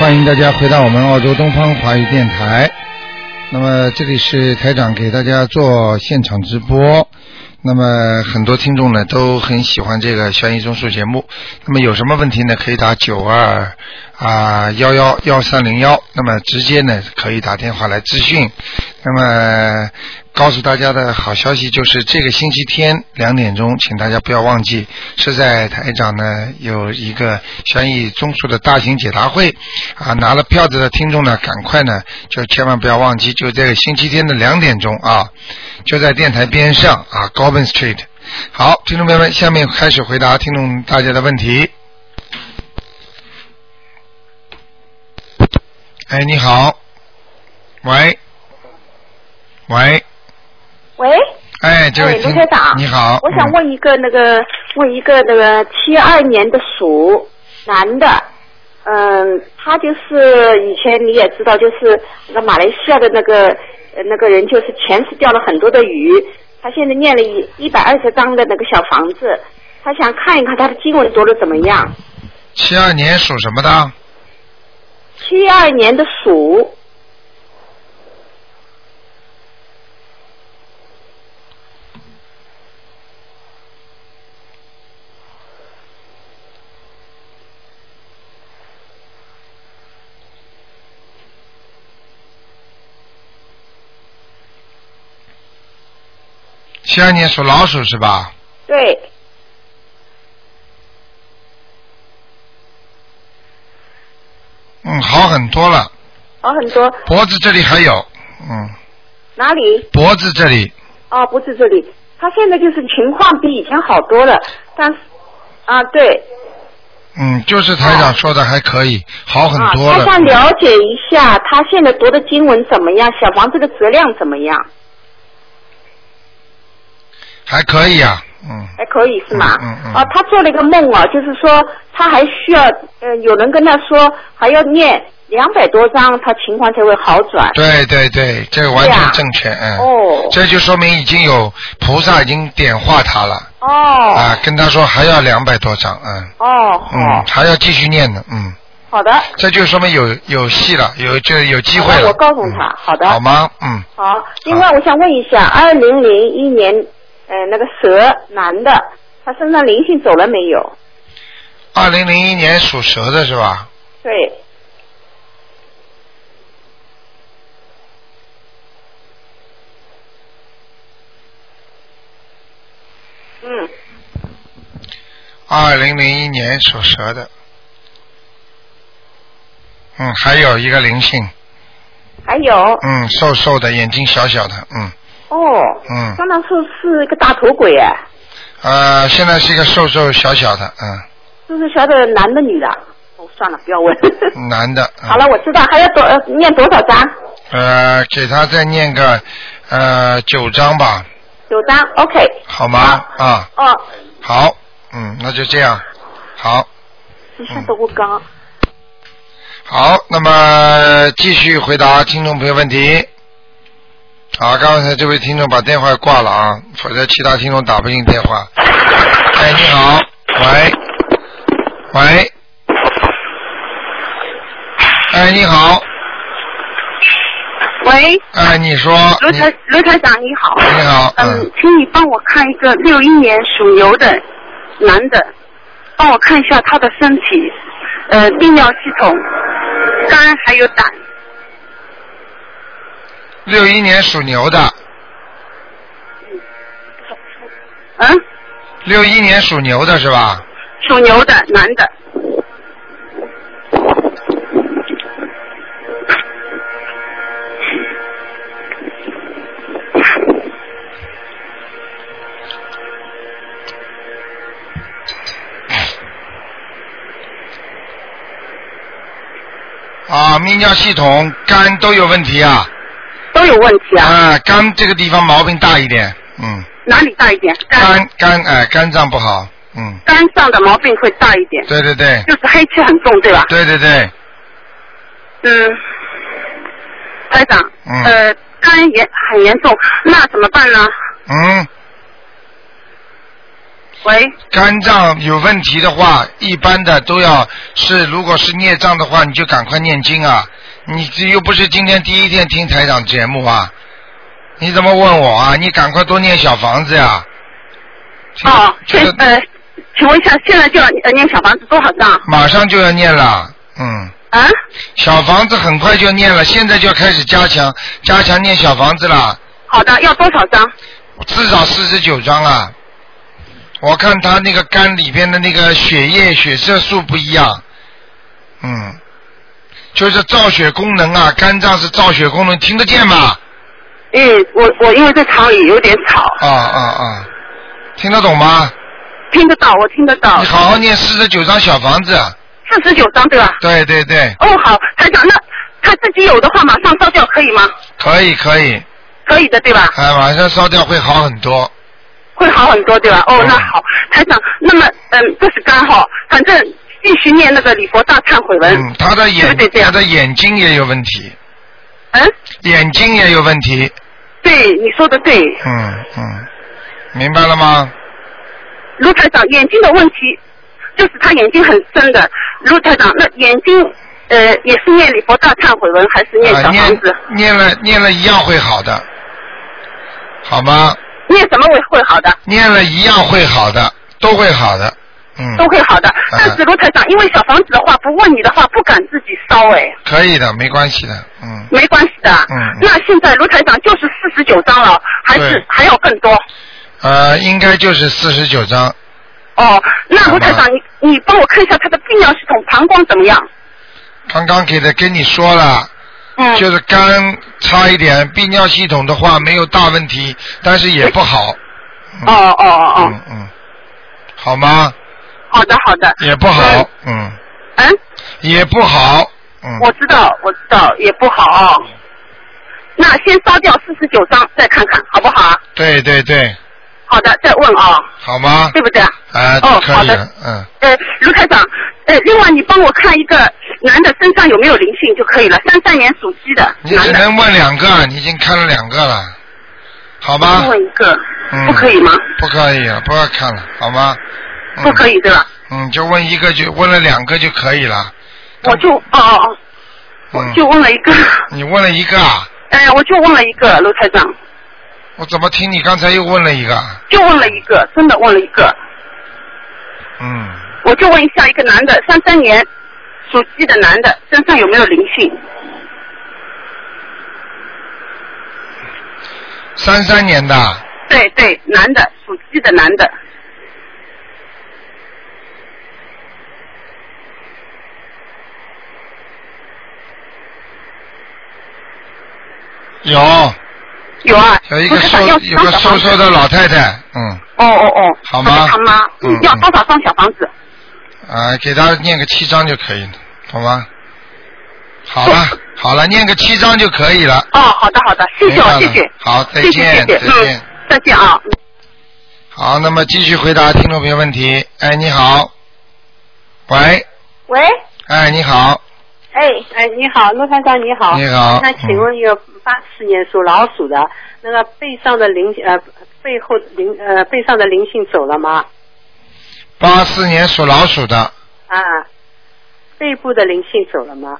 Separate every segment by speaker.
Speaker 1: 欢迎大家回到我们澳洲东方华语电台。那么这里是台长给大家做现场直播。那么很多听众呢都很喜欢这个悬疑综述节目。那么有什么问题呢？可以打九二啊幺幺幺三零幺。那么直接呢可以打电话来咨询。那么告诉大家的好消息就是，这个星期天两点钟，请大家不要忘记，是在台长呢有一个悬疑综述的大型解答会啊，拿了票子的听众呢，赶快呢就千万不要忘记，就这个星期天的两点钟啊，就在电台边上啊，Goblin Street。好，听众朋友们，下面开始回答听众大家的问题。哎，你好，喂，喂。
Speaker 2: 喂，
Speaker 1: 哎，这位
Speaker 2: 哎卢
Speaker 1: 听
Speaker 2: 台长
Speaker 1: 你好，
Speaker 2: 我想
Speaker 1: 嗯
Speaker 2: 问一个那个、问一个那个七二年的鼠男的，嗯，他就是以前你也知道，就是那马来西亚的那个呃那个人，就是前世掉了很多的鱼，他现在念了一一百二十张的那个小房子，他想看一看他的经文读的怎么样。
Speaker 1: 七二年属什么的？
Speaker 2: 七二年的鼠，
Speaker 1: 七二年属老鼠是吧？
Speaker 2: 对，
Speaker 1: 嗯，好很多了，
Speaker 2: 好哦很多，
Speaker 1: 脖子这里还有，嗯，
Speaker 2: 哪里？
Speaker 1: 脖子这里，
Speaker 2: 哦，不是这里，他现在就是情况比以前好多了，但是啊，对，
Speaker 1: 嗯，就是台长说的还可以，好很多
Speaker 2: 啊啊。他想
Speaker 1: 了。
Speaker 2: 了解一下他现在读的经文怎么样，小房子的质量怎么样？
Speaker 1: 还可以啊，嗯，
Speaker 2: 还哎可以是吗？
Speaker 1: 嗯嗯嗯
Speaker 2: 啊，他做了一个梦啊，就是说他还需要，呃，有人跟他说还要念两百多章，他情况才会好转。
Speaker 1: 对对对，这个完
Speaker 2: 对啊
Speaker 1: 全正确，嗯，
Speaker 2: 哦
Speaker 1: 这就说明已经有菩萨已经点化他了，
Speaker 2: 哦、
Speaker 1: 啊，跟他说还要两百多张，嗯，
Speaker 2: 哦，好、
Speaker 1: 嗯，还要继续念呢，嗯，
Speaker 2: 好的，
Speaker 1: 这就说明有有戏了，有就有机会
Speaker 2: 好的
Speaker 1: 了。
Speaker 2: 我告诉啊他
Speaker 1: 嗯
Speaker 2: 好的
Speaker 1: 好吗？嗯，
Speaker 2: 好。另外，我想问一下，二零零一年，呃，那个蛇男的，他身上灵性走了没有？
Speaker 1: 二零零一年属蛇的是吧？
Speaker 2: 对，嗯，
Speaker 1: 二零零一年属蛇的，嗯，还有一个灵性，
Speaker 2: 还有
Speaker 1: 嗯，瘦瘦的，眼睛小小的，嗯
Speaker 2: 哦，
Speaker 1: 嗯，
Speaker 2: 张老师是个大头鬼哎、
Speaker 1: 呃，现在是一个瘦瘦小小的，
Speaker 2: 就是晓得男的女的，哦，算了，不要问。
Speaker 1: 嗯，男的，嗯、
Speaker 2: 好了，，我知道，还要多、呃念多少章？
Speaker 1: 呃，给他再念个呃九章吧，
Speaker 2: 九章，OK。
Speaker 1: 好吗？啊，
Speaker 2: 哦，
Speaker 1: 好，嗯，那就这样，好。
Speaker 2: 你下得我刚。
Speaker 1: 好，那么继续回答听众朋友问题。好，刚才这位听众把电话挂了啊，否则其他听众打不进电 话。哎，你好，喂，喂，哎，你好，
Speaker 3: 喂，
Speaker 1: 哎，你说，
Speaker 3: 卢
Speaker 1: 你
Speaker 3: 台卢台长你好。
Speaker 1: 你好嗯
Speaker 3: 嗯，请你帮我看一个六一年属牛的男的，帮我看一下他的身体，呃，泌尿系统、肝还有胆。
Speaker 1: 六一年属牛的，
Speaker 3: 嗯，
Speaker 1: 六一年属牛的是吧？
Speaker 3: 属牛的男的。
Speaker 1: 啊，泌尿系统、肝都有问题啊，
Speaker 3: 都有问题啊，
Speaker 1: 啊，肝这个地方毛病大一点，嗯，
Speaker 3: 哪里大一点？肝
Speaker 1: 肝肝哎，肝脏不好，嗯，
Speaker 3: 肝上的毛病会大一点，
Speaker 1: 对对对。
Speaker 3: 就是黑气很重，对吧？
Speaker 1: 对对对，
Speaker 3: 嗯，台长，
Speaker 1: 嗯
Speaker 3: 呃，肝炎很严重，那怎么办呢？
Speaker 1: 嗯，
Speaker 3: 喂，
Speaker 1: 肝脏有问题的话，一般的都要是，如果是孽障的话，你就赶快念经啊！你这又不是今天第一天听台长节目啊，你怎么问我啊？你赶快多念小房子呀、这个
Speaker 3: 哦，
Speaker 1: 这
Speaker 3: 现
Speaker 1: 个
Speaker 3: 呃，请问一下，现在就要呃念小房子多少张？
Speaker 1: 马上就要念了，嗯，
Speaker 3: 啊？
Speaker 1: 小房子很快就念了，现在就要开始加强加强念小房子了，
Speaker 3: 好的，要多少张？
Speaker 1: 至少四十九章了。我看他那个肝里边的那个血液血色素不一样，嗯，就是造血功能啊，肝脏是造血功能，听得见吗？
Speaker 3: 嗯，我我因为这场也有点吵，
Speaker 1: 啊啊啊，听得懂吗？
Speaker 3: 听得到，我听得到
Speaker 1: 你。好好念四十九张小房子，
Speaker 3: 四十九张对吧？
Speaker 1: 对对对，
Speaker 3: 哦，好，台长，那他自己有的话马上烧掉可以吗？
Speaker 1: 可以可以，
Speaker 3: 可以的对吧？
Speaker 1: 哎，晚上烧掉会好很多。
Speaker 3: 会好很多对吧？
Speaker 1: 嗯
Speaker 3: 哦，那好，台长，那么嗯，这是刚好，反正继续念那个礼佛大忏悔文。
Speaker 1: 嗯，他的眼
Speaker 3: 对对对
Speaker 1: 他的眼睛也有问题，
Speaker 3: 嗯，
Speaker 1: 眼睛也有问题。
Speaker 3: 对，你说的对。
Speaker 1: 嗯嗯，明白了吗？
Speaker 3: 卢台长，眼睛的问题，就是他眼睛很深的。卢台长，那眼睛呃也是念礼佛大忏悔文，还是念
Speaker 1: 啊、
Speaker 3: 小房
Speaker 1: 念
Speaker 3: 子？
Speaker 1: 念了念了一样会好的，好吗？
Speaker 3: 念什么会会好的？
Speaker 1: 念了一样会好的，都会好的。嗯，
Speaker 3: 都会好的。但是卢台长，因为小房子的话，不问你的话，不敢自己烧哎，
Speaker 1: 可以的，没关系的。嗯，
Speaker 3: 没关系的。
Speaker 1: 嗯
Speaker 3: 那现在卢台长就是四十九张了，还是
Speaker 1: 对
Speaker 3: 还要更多？
Speaker 1: 呃，应该就是四十九章。
Speaker 3: 哦，那卢台
Speaker 1: 好
Speaker 3: 长，你你帮我看一下他的泌尿系统、膀胱怎么样？
Speaker 1: 刚刚给的跟你说了，
Speaker 3: 嗯，
Speaker 1: 就是肝差一点，泌尿系统的话没有大问题，但是也不好。
Speaker 3: 哦哦哦哦，
Speaker 1: 嗯嗯，好吗？
Speaker 3: 好的好的。
Speaker 1: 也不好，嗯，
Speaker 3: 嗯，
Speaker 1: 也不好，嗯，
Speaker 3: 我知道我知道，也不好哦。那先烧掉四十九张，再看看好不好啊？
Speaker 1: 对对对，
Speaker 3: 好的，再问啊、
Speaker 1: 好吗？
Speaker 3: 对不对啊？
Speaker 1: 啊，
Speaker 3: 哦
Speaker 1: 可
Speaker 3: 好
Speaker 1: 以
Speaker 3: 的
Speaker 1: 了，嗯，
Speaker 3: 呃，卢台长，呃，另外你帮我看一个男的身上有没有灵性就可以了，三三年属鸡的
Speaker 1: 你
Speaker 3: 男
Speaker 1: 只
Speaker 3: 的，
Speaker 1: 能问两个，你已经看了两个了，好吗
Speaker 3: 另？外一个，
Speaker 1: 嗯
Speaker 3: 不可以吗？
Speaker 1: 不可以啊了，不要看了，好吗？嗯、
Speaker 3: 不可
Speaker 1: 以，
Speaker 3: 以对吧？
Speaker 1: 嗯，就问一个就问了两个就可以了，
Speaker 3: 我就哦哦哦，我
Speaker 1: 嗯，
Speaker 3: 就问了一个，
Speaker 1: 你问了一个啊，
Speaker 3: 哎，我就问了一个卢台长，
Speaker 1: 我怎么听你刚才又问了一个？
Speaker 3: 就问了一个，真的问了一个，
Speaker 1: 嗯，
Speaker 3: 我就问一下一个男的，三三年属鸡的男的身上有没有灵性？
Speaker 1: 三三年的，
Speaker 3: 对对，男的属鸡的男的，
Speaker 1: 有
Speaker 3: 有啊，
Speaker 1: 有一
Speaker 3: 卢
Speaker 1: 个
Speaker 3: 台
Speaker 1: 瘦
Speaker 3: 长要
Speaker 1: 有个
Speaker 3: 多少
Speaker 1: 瘦
Speaker 3: 房子
Speaker 1: 瘦的老太太，嗯，
Speaker 3: 哦哦哦，
Speaker 1: 好吗
Speaker 3: 他妈
Speaker 1: 嗯
Speaker 3: 要多少张小房子？
Speaker 1: 啊，给他念个七章就可以了，好吗？好 了，好了，念个七章就可以了。
Speaker 3: 哦，好的好的，谢谢
Speaker 1: 明白
Speaker 3: 哦
Speaker 1: 了
Speaker 3: 谢谢，
Speaker 1: 好再
Speaker 3: 谢
Speaker 1: 见
Speaker 3: 谢谢谢，
Speaker 1: 再见
Speaker 3: 嗯，再见啊。
Speaker 1: 好，那么继续回答听众朋友问题。哎，你好，喂，
Speaker 4: 喂，
Speaker 1: 哎，你好，
Speaker 4: 哎哎，你好，陆先生你好，
Speaker 1: 你好嗯
Speaker 4: 那请问一个八四年属老鼠的，那个背上的灵呃背后灵呃背上的灵性走了吗？
Speaker 1: 八四年属老鼠的，
Speaker 4: 啊，背部的灵性走了吗？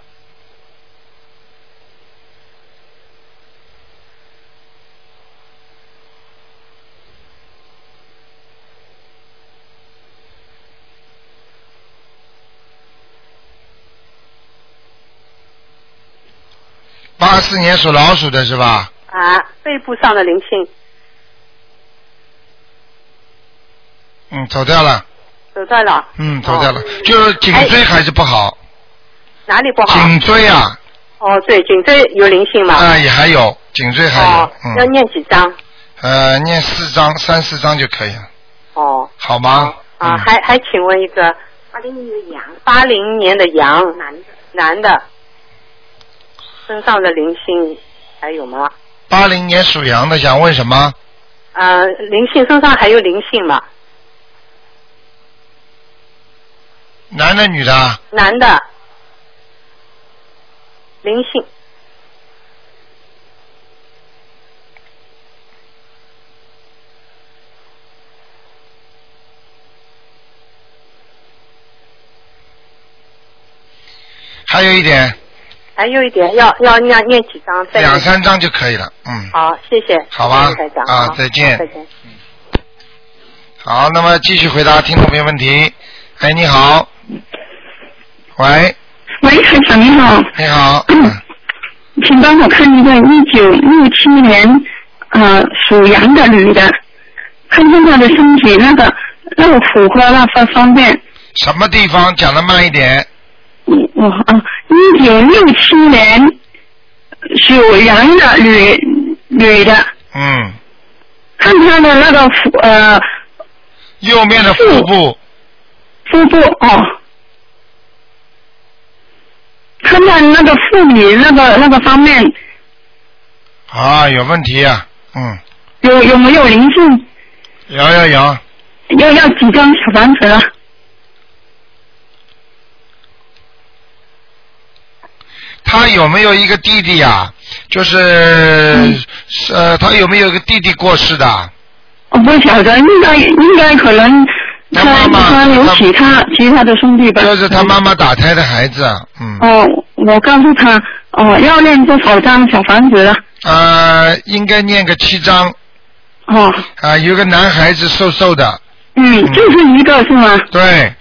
Speaker 1: 八四年属老鼠的是吧？
Speaker 4: 啊，背部上的灵性
Speaker 1: 嗯，走掉了，
Speaker 4: 走掉了，
Speaker 1: 嗯，走掉了，
Speaker 4: 哦
Speaker 1: 就是颈椎还是不好，
Speaker 4: 哪哎里不好？
Speaker 1: 颈椎啊，
Speaker 4: 哦，对，颈椎有灵性嘛？
Speaker 1: 啊、也还有，颈椎还有
Speaker 4: 哦，，要
Speaker 1: 嗯，
Speaker 4: 念几张？
Speaker 1: 呃，念四章，三四章就可以了，
Speaker 4: 哦，
Speaker 1: 好吗？
Speaker 4: 啊，
Speaker 1: 嗯
Speaker 4: 还还请问一个八零年的羊，八零年的羊，男的，男的，身上的灵性还有吗？
Speaker 1: 八零年属羊的想问什么？
Speaker 4: 呃，灵性身上还有灵性嘛？
Speaker 1: 男的女的啊？
Speaker 4: 男的，灵性
Speaker 1: 还有一点，
Speaker 4: 还有一点要要念念几张，再
Speaker 1: 两三张就可以了，嗯，
Speaker 4: 好，谢谢，
Speaker 1: 好吧
Speaker 4: 谢谢台长
Speaker 1: 啊
Speaker 4: 好
Speaker 1: 再见
Speaker 4: 再见。
Speaker 1: 好，那么继续回答听众朋友问题。哎，你好，喂，
Speaker 3: 喂，先生你好，
Speaker 1: 你好，
Speaker 3: 请帮我看一个一九六七年呃属羊的女的，看见她的身体那个漏腹和那方方面，
Speaker 1: 什么地方讲的慢一点？
Speaker 3: 嗯我啊，一九六七年属羊的女女的，
Speaker 1: 嗯，
Speaker 3: 看她的那个腹呃
Speaker 1: 右面的腹部，
Speaker 3: 腹部哦。看她那个妇女那个那个方面
Speaker 1: 啊，有问题啊，嗯，
Speaker 3: 有有没有灵性？
Speaker 1: 有有有，
Speaker 3: 要要几张小房子了？
Speaker 1: 他有没有一个弟弟呀、就是、
Speaker 3: 嗯
Speaker 1: 呃，他有没有一个弟弟过世的？
Speaker 3: 我不晓得，应该应该可能他
Speaker 1: 他妈妈
Speaker 3: 他有
Speaker 1: 他
Speaker 3: 其他其他的兄弟吧。
Speaker 1: 就是他妈妈打胎的孩子，嗯，
Speaker 3: 哦，我告诉他哦，要练多少张小房子了？
Speaker 1: 呃，应该念个七章
Speaker 3: 哦，
Speaker 1: 啊、有个男孩子瘦瘦的，
Speaker 3: 嗯，就是一个是吗？
Speaker 1: 对，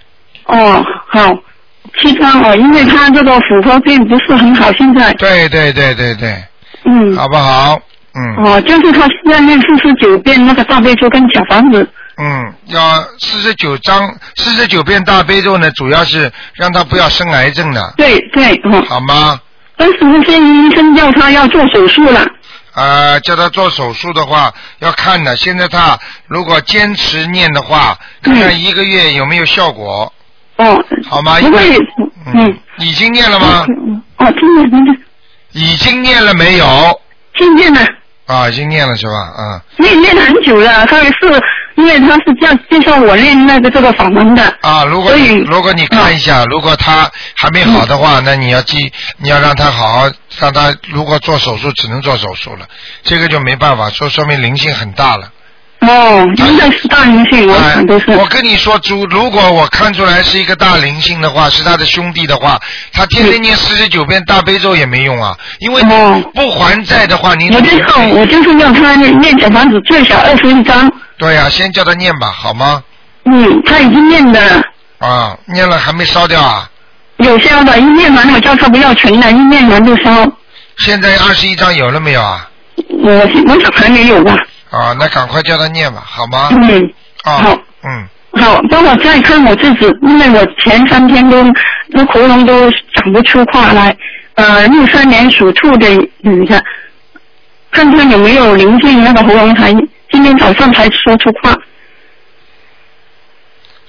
Speaker 3: 哦，好，七张哦，因为他这个妇科病不是很好，现在
Speaker 1: 对对对对对，
Speaker 3: 嗯，
Speaker 1: 好不好？嗯
Speaker 3: 哦，就是他现在练四十九遍那个大悲咒跟小房子。
Speaker 1: 嗯，要四十九章，四十九遍大悲咒呢，主要是让他不要生癌症的，
Speaker 3: 对对哦，
Speaker 1: 好吗？
Speaker 3: 但是那些医生叫他要做手术了。
Speaker 1: 呃，叫他做手术的话，要看的。现在他如果坚持念的话，看看一个月有没有效果，
Speaker 3: 哦，
Speaker 1: 好吗？
Speaker 3: 不
Speaker 1: 因为
Speaker 3: 会，
Speaker 1: 嗯，已经念了吗？
Speaker 3: 嗯，哦，听见听见
Speaker 1: 已经念了没有？
Speaker 3: 听见了。
Speaker 1: 啊，已经念了是吧？啊、
Speaker 3: 练练很久了，他也是因为他是这样介绍我练那个这个法门的。
Speaker 1: 啊，如果
Speaker 3: 所
Speaker 1: 你
Speaker 3: 以啊
Speaker 1: 如果你看一下，如果他还没好的话，那你要记，你要让他好好，让他如果做手术只能做手术了，这个就没办法，说说明灵性很大了。
Speaker 3: 哦，应该是大灵性，我
Speaker 1: 哎
Speaker 3: 想都是。
Speaker 1: 我跟你说，主，如果我看出来是一个大灵性的话，是他的兄弟的话，他天天念四十九遍大悲咒也没用啊，因为
Speaker 3: 哦
Speaker 1: 不还债的话，你
Speaker 3: 我就是要我就是要他念小房子最少二十一章，
Speaker 1: 对呀、先叫他念吧，好吗？
Speaker 3: 嗯，他已经念的
Speaker 1: 啊，念了还没烧掉啊，
Speaker 3: 有效的，一念完我叫他不要存了，一念完就烧。
Speaker 1: 现在二十一章有了没有啊？
Speaker 3: 我我想还没有吧，
Speaker 1: 啊，那赶快叫他念吧，好吗？
Speaker 3: 嗯，
Speaker 1: 啊，
Speaker 3: 好
Speaker 1: 嗯，
Speaker 3: 好，帮我再看我自己，因为我前三天都那喉咙都长不出话来。呃，六三年属兔的女的，看看有没有灵性，那个喉咙才今天早上才说出话。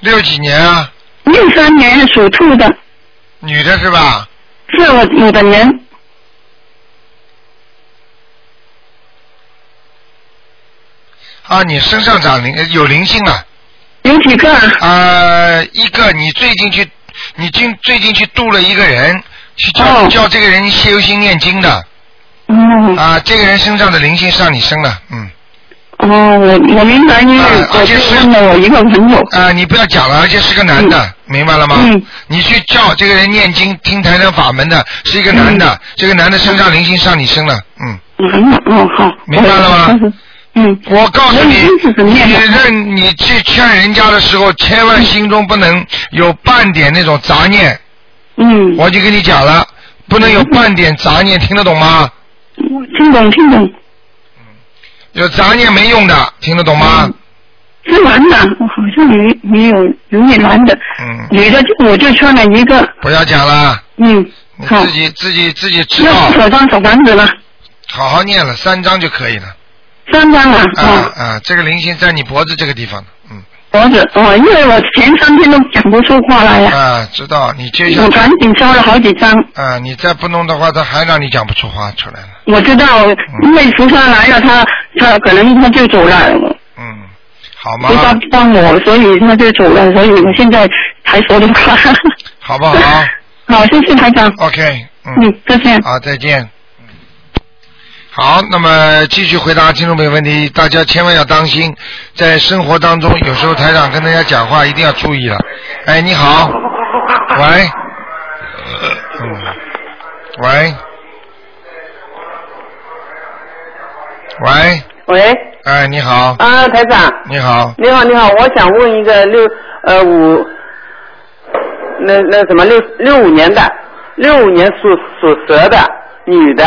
Speaker 1: 六几年啊，
Speaker 3: 六三年属兔的
Speaker 1: 女的是吧？
Speaker 3: 是我我的人，
Speaker 1: 啊，你身上长灵有灵性啊，
Speaker 3: 有几个啊？
Speaker 1: 啊，一个你最近去，你近最近去度了一个人，去叫、
Speaker 3: 哦
Speaker 1: 叫这个人修心念经的，
Speaker 3: 哦
Speaker 1: 啊，这个人身上的灵性上你身了，嗯，
Speaker 3: 哦，我我明白，因为
Speaker 1: 啊
Speaker 3: 我
Speaker 1: 而且
Speaker 3: 就是问了我一个朋友。
Speaker 1: 啊，你不要讲了，而且是个男的，明白了吗？
Speaker 3: 嗯
Speaker 1: 你去叫这个人念经听台长法门的是一个男的，这个男的身上灵性上你身了，嗯，
Speaker 3: 嗯，哦好，
Speaker 1: 明白了吗
Speaker 3: 我？嗯，
Speaker 1: 我告诉你，
Speaker 3: 我已经是 很
Speaker 1: 你
Speaker 3: 念了
Speaker 1: 认你去劝人家的时候，千万心中不能有半点那种杂念。
Speaker 3: 嗯，
Speaker 1: 我就跟你讲了，不能有半点杂念，听得懂吗？
Speaker 3: 嗯听懂听懂，
Speaker 1: 有杂念没用的，听得懂吗？
Speaker 3: 嗯是男的，我好像没没有有点男的，
Speaker 1: 嗯，
Speaker 3: 女的就我就穿了一个，
Speaker 1: 不要讲了，
Speaker 3: 嗯，
Speaker 1: 你
Speaker 3: 好
Speaker 1: 自，己自己自己知
Speaker 3: 那
Speaker 1: 道，
Speaker 3: 多少张小房子了？
Speaker 1: 好好念了三章就可以了。
Speaker 3: 三张啊，
Speaker 1: 啊
Speaker 3: 哦，
Speaker 1: 啊，这个灵性在你脖子这个地方呢，嗯
Speaker 3: 脖子哦，因为我前三天都讲不出话来哎呀，
Speaker 1: 啊，知道你接下
Speaker 3: 我赶紧烧了好几张，
Speaker 1: 啊，你再不弄的话，他还让你讲不出话出来了。
Speaker 3: 我知道，因为菩萨来了，他他可能他就走了，
Speaker 1: 嗯，好吗
Speaker 3: 菩？萨帮我，所以他就走了，所以我现在才说的话。
Speaker 1: 好不好
Speaker 3: 好，谢谢台长，
Speaker 1: ？OK，嗯，
Speaker 3: 嗯，再见。
Speaker 1: 好，再见。嗯好，那么继续回答听众朋友问题，大家千万要当心，在生活当中，有时候台长跟大家讲话一定要注意了。哎，你好，喂，嗯。喂。喂，
Speaker 5: 喂，
Speaker 1: 哎，你好，
Speaker 5: 啊，台长，
Speaker 1: 你好，
Speaker 5: 你好，你好，我想问一个六呃五，那那什么六六五年的，六五年属属蛇的女的，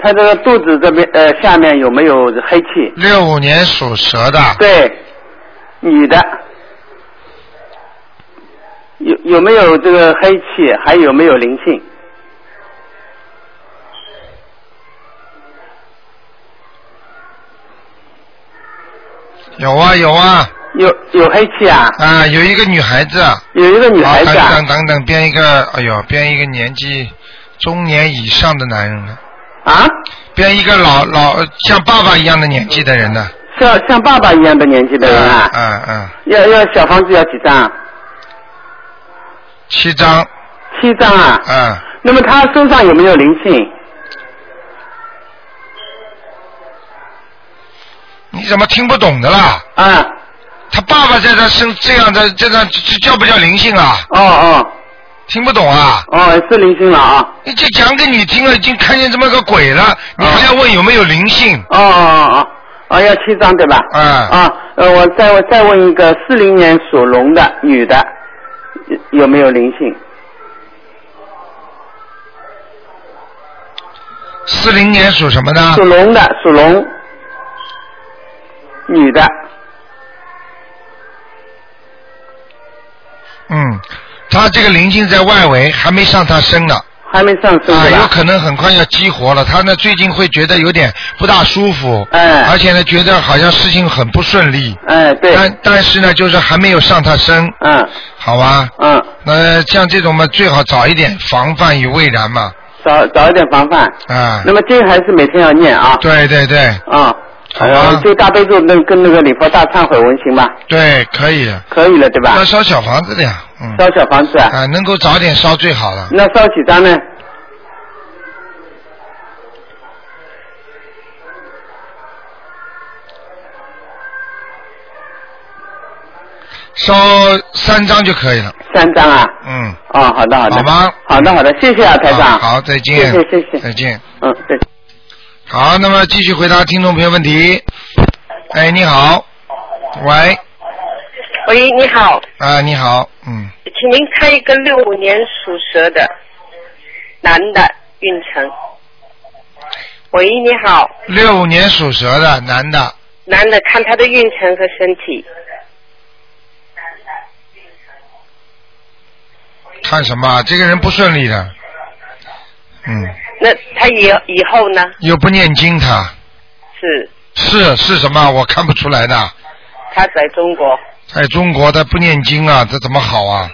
Speaker 5: 她这个肚子这边呃下面有没有黑气？
Speaker 1: 六五年属蛇的，
Speaker 5: 对，女的，有有没有这个黑气？还有没有灵性？
Speaker 1: 有啊有啊，
Speaker 5: 有有黑气啊？
Speaker 1: 啊，有一个女孩子，
Speaker 5: 有一个女孩子
Speaker 1: 啊
Speaker 5: 啊
Speaker 1: 等等等等，编一个，哎呦，编一个年纪中年以上的男人了，
Speaker 5: 啊，
Speaker 1: 编一个老老像爸爸一样的年纪的人呢，
Speaker 5: 像像爸爸一样的年纪的人啊，
Speaker 1: 嗯嗯，
Speaker 5: 要要小房子要几张啊？
Speaker 1: 七张，
Speaker 5: 七张啊。
Speaker 1: 嗯，
Speaker 5: 那么他身上有没有灵性？
Speaker 1: 你怎么听不懂的啦？
Speaker 5: 啊，
Speaker 1: 他爸爸在他身这样的这样这这叫不叫灵性啊？
Speaker 5: 哦哦
Speaker 1: 听不懂啊？
Speaker 5: 哦，是灵性了啊！
Speaker 1: 你就讲给你听了，已经看见这么个鬼了，你还要问有没有灵性？
Speaker 5: 哦哦哦哦，要七张对吧？
Speaker 1: 啊、
Speaker 5: 啊，呃，我再我再问一个，四零年属龙的女的，有有没有灵性？
Speaker 1: 四零年属什么呢
Speaker 5: 属？龙的，属龙，女的，
Speaker 1: 嗯，他这个灵性在外围，还没上他身呢，
Speaker 5: 还没上升
Speaker 1: 啊，
Speaker 5: 对
Speaker 1: 有
Speaker 5: 吧？
Speaker 1: 可能很快要激活了。他呢最近会觉得有点不大舒服，
Speaker 5: 哎
Speaker 1: 而且呢觉得好像事情很不顺利，
Speaker 5: 哎，对，
Speaker 1: 但但是呢就是还没有上他身，
Speaker 5: 嗯
Speaker 1: 好吧？
Speaker 5: 嗯，
Speaker 1: 那像这种嘛，最好早一点防范于未然嘛，
Speaker 5: 早早一点防范。
Speaker 1: 啊，
Speaker 5: 那么这个还是每天要念啊。
Speaker 1: 对对对
Speaker 5: 啊，
Speaker 1: 好吧
Speaker 5: 然后就大悲咒那跟那个礼佛大忏悔文行吧，
Speaker 1: 对，可以，
Speaker 5: 可以了对吧
Speaker 1: 要？烧小房子的呀，嗯，
Speaker 5: 烧小房子啊。
Speaker 1: 啊，能够早点烧最好了。
Speaker 5: 那烧几张呢？
Speaker 1: 烧三张就可以了。
Speaker 5: 三张啊。
Speaker 1: 嗯，
Speaker 5: 哦，好的好的。
Speaker 1: 好吗
Speaker 5: 好的好的，谢谢啊，台
Speaker 1: 好
Speaker 5: 长。
Speaker 1: 好，再见，
Speaker 5: 谢谢谢谢
Speaker 1: 再见。
Speaker 5: 嗯，对。
Speaker 1: 好，那么继续回答听众朋友问题。哎，你好，喂，
Speaker 4: 喂，你好，
Speaker 1: 啊，你好，嗯，
Speaker 4: 请您看一个六五年属蛇的男的运程。喂，你好，
Speaker 1: 六五年属蛇的男的，
Speaker 4: 男的看他的运程和身体，
Speaker 1: 看什么啊？这个人不顺利的，嗯，
Speaker 4: 那他以以后呢？
Speaker 1: 又不念经他，
Speaker 4: 是
Speaker 1: 是是什么？我看不出来的，
Speaker 4: 他在中国，
Speaker 1: 在中国他不念经啊，这怎么好啊？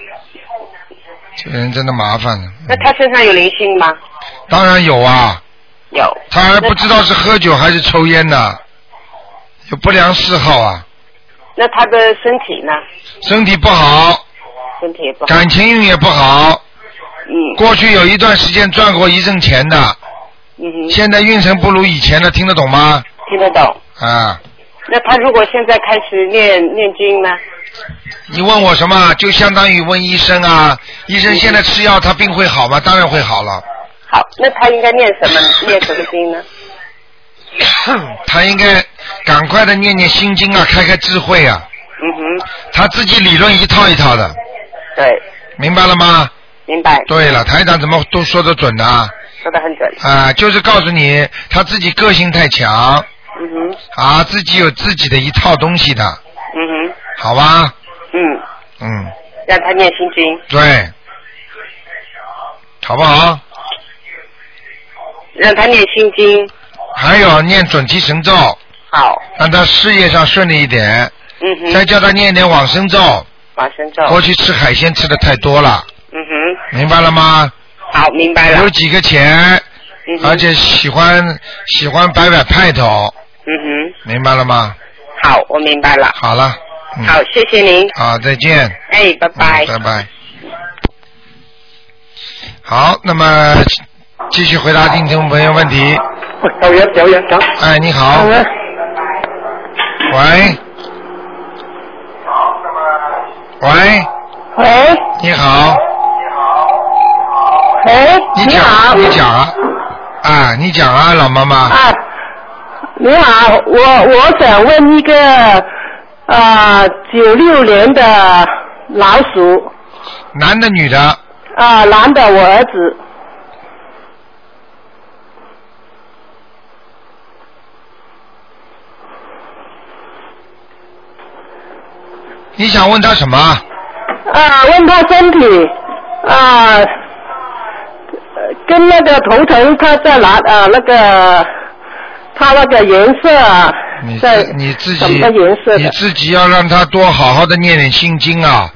Speaker 1: 这个人真的麻烦了。
Speaker 4: 那
Speaker 1: 嗯
Speaker 4: 他身上有灵性吗？
Speaker 1: 当然有啊，
Speaker 4: 有。
Speaker 1: 他还不知道是喝酒还是抽烟呢，有不良嗜好啊，
Speaker 4: 那他的身体呢？
Speaker 1: 身体不好，
Speaker 4: 身体也不好。
Speaker 1: 感情运也不好。
Speaker 4: 嗯
Speaker 1: 过去有一段时间赚过一阵钱的，
Speaker 4: 嗯哼，
Speaker 1: 现在运程不如以前了，听得懂吗？
Speaker 4: 听得懂。
Speaker 1: 啊，
Speaker 4: 那他如果现在开始念念经呢？
Speaker 1: 你问我什么，就相当于问医生啊，医
Speaker 4: 嗯
Speaker 1: 生现在吃药，他病会好吗？当然会好了。
Speaker 4: 好，那他应该念什么念什么经呢？
Speaker 1: 他应该赶快的念念心经啊，开开智慧啊，
Speaker 4: 嗯哼，
Speaker 1: 他自己理论一套一套的，
Speaker 4: 对，
Speaker 1: 明白了吗？
Speaker 4: 明白，
Speaker 1: 对了，台长怎么都说得准的啊、
Speaker 4: 说的很准。
Speaker 1: 啊就是告诉你他自己个性太强
Speaker 4: 嗯哼，
Speaker 1: 啊，自己有自己的一套东西的，
Speaker 4: 嗯
Speaker 1: 好吧？
Speaker 4: 哼，嗯，
Speaker 1: 嗯，
Speaker 4: 让他念心经，
Speaker 1: 对，好不好？
Speaker 4: 让他念心经。
Speaker 1: 还有念准提神咒，
Speaker 4: 好，
Speaker 1: 让他事业上顺利一点，
Speaker 4: 嗯
Speaker 1: 再
Speaker 4: 哼，
Speaker 1: 叫他念点往生咒。
Speaker 4: 往生咒。
Speaker 1: 过去吃海鲜吃的太多了，
Speaker 4: 嗯哼，
Speaker 1: 明白了吗？
Speaker 4: 好，明白了
Speaker 1: 有。几个钱，
Speaker 4: 嗯
Speaker 1: 而
Speaker 4: 哼，
Speaker 1: 且喜欢喜欢摆摆派头，
Speaker 4: 嗯
Speaker 1: 明白了吗？
Speaker 4: 哼，好，我明白了。
Speaker 1: 好了，嗯，
Speaker 4: 好，谢谢您。
Speaker 1: 好，再见，
Speaker 4: 哎，拜
Speaker 1: 嗯
Speaker 4: 拜。
Speaker 1: 拜拜。好，那么继续回答听众朋友问题。
Speaker 4: 哦
Speaker 5: 小袁，小袁，小
Speaker 1: 哎，你好，
Speaker 3: 啊
Speaker 5: 喂
Speaker 1: 喂，喂，
Speaker 5: 喂，
Speaker 1: 你好，
Speaker 3: 喂，
Speaker 1: 你
Speaker 3: 你
Speaker 1: 讲
Speaker 3: 好，
Speaker 1: 你讲啊，啊，你讲啊，老妈妈。
Speaker 3: 啊，你好，我我想问一个啊，九、6六年的老鼠
Speaker 1: 男的女的，
Speaker 3: 啊、男的，我儿子
Speaker 1: 你想问他什么？
Speaker 3: 啊、问他身体啊、呃跟那个头疼，他在哪啊、那个他那个颜色啊
Speaker 1: 你，
Speaker 3: 在
Speaker 1: 自你自
Speaker 3: 什
Speaker 1: 己
Speaker 3: 么颜色
Speaker 1: 你
Speaker 3: 的？
Speaker 1: 自己要让他多好好的念点心经啊！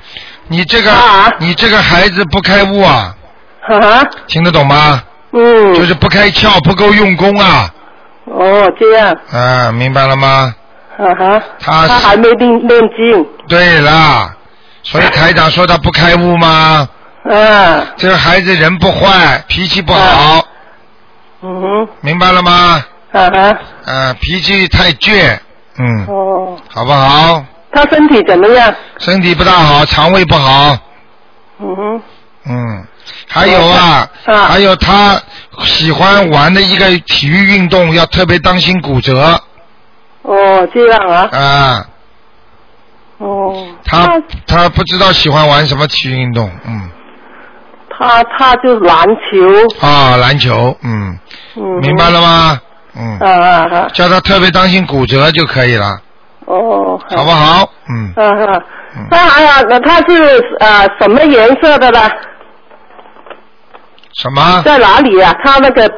Speaker 1: 你这个、
Speaker 3: 啊
Speaker 1: 你这个孩子不开悟啊，
Speaker 3: 哈哈，
Speaker 1: 听得懂吗？
Speaker 3: 嗯，
Speaker 1: 就是不开窍，不够用功啊！
Speaker 3: 哦，这样，
Speaker 1: 啊，明白了吗？
Speaker 3: 哈啊哈，
Speaker 1: 他
Speaker 3: 他还没念念经，
Speaker 1: 对啦，所以台长说他不开悟吗？
Speaker 3: 啊，
Speaker 1: 这个孩子人不坏，脾气不好，
Speaker 3: 嗯哼，
Speaker 1: 明白了吗？
Speaker 3: 哈哈。
Speaker 1: 啊，脾气太倔，嗯，
Speaker 3: 哦，
Speaker 1: 好不好？
Speaker 3: 他身体怎么样？
Speaker 1: 身体不大好，肠胃不好，
Speaker 3: 嗯哼，
Speaker 1: 嗯，还有啊，
Speaker 3: 啊
Speaker 1: 还有他喜欢玩的一个体育运动，要特别当心骨折
Speaker 3: 哦，这样啊，
Speaker 1: 啊。
Speaker 3: 哦，
Speaker 1: 他他不知道喜欢玩什么体育运动，嗯，
Speaker 3: 他他就篮球，
Speaker 1: 啊，篮球，嗯，
Speaker 3: 嗯，
Speaker 1: 明白了吗？
Speaker 3: 啊
Speaker 1: 嗯，
Speaker 3: 啊啊，
Speaker 1: 叫他特别当心骨折就可以了，
Speaker 3: 哦，
Speaker 1: 好不好？嗯，
Speaker 3: 啊啊
Speaker 1: 嗯，
Speaker 3: 那还有那他是啊什么颜色的呢？
Speaker 1: 什么？
Speaker 3: 在哪里啊？他那个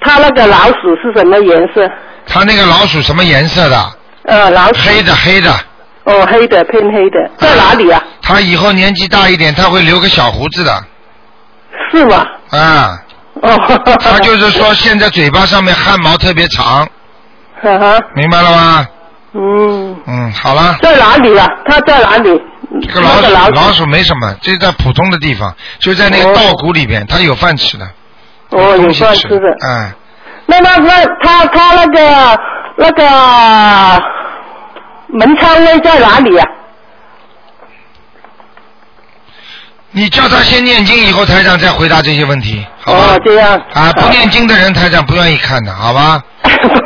Speaker 3: 他那个老鼠是什么颜色？
Speaker 1: 他那个老鼠什么颜色的？
Speaker 3: 呃，老鼠
Speaker 1: 黑的，黑的。
Speaker 3: 哦，黑的偏黑的，在哪里啊？
Speaker 1: 他以后年纪大一点，他会留个小胡子的
Speaker 3: 是吗？
Speaker 1: 啊。
Speaker 3: 哦，
Speaker 1: 他就是说，现在嘴巴上面汗毛特别长，
Speaker 3: 哈啊哈，
Speaker 1: 明白了吗？
Speaker 3: 嗯，
Speaker 1: 嗯，好了，
Speaker 3: 在哪里啊？他在哪里？
Speaker 1: 这个
Speaker 3: 那
Speaker 1: 老
Speaker 3: 个
Speaker 1: 鼠
Speaker 3: 老
Speaker 1: 老鼠没什么，就在普通的地方，就在那个
Speaker 3: 哦
Speaker 1: 稻谷里边，它有饭吃的，
Speaker 3: 哦，有
Speaker 1: 东西
Speaker 3: 饭
Speaker 1: 吃
Speaker 3: 吃的。
Speaker 1: 哎，
Speaker 3: 那那那他他那个那个门窗位在哪里啊？
Speaker 1: 你叫他先念经，以后台长再回答这些问题，好吧
Speaker 3: 哦，？这样。
Speaker 1: 啊，不念经的人台长不愿意看的，好吧？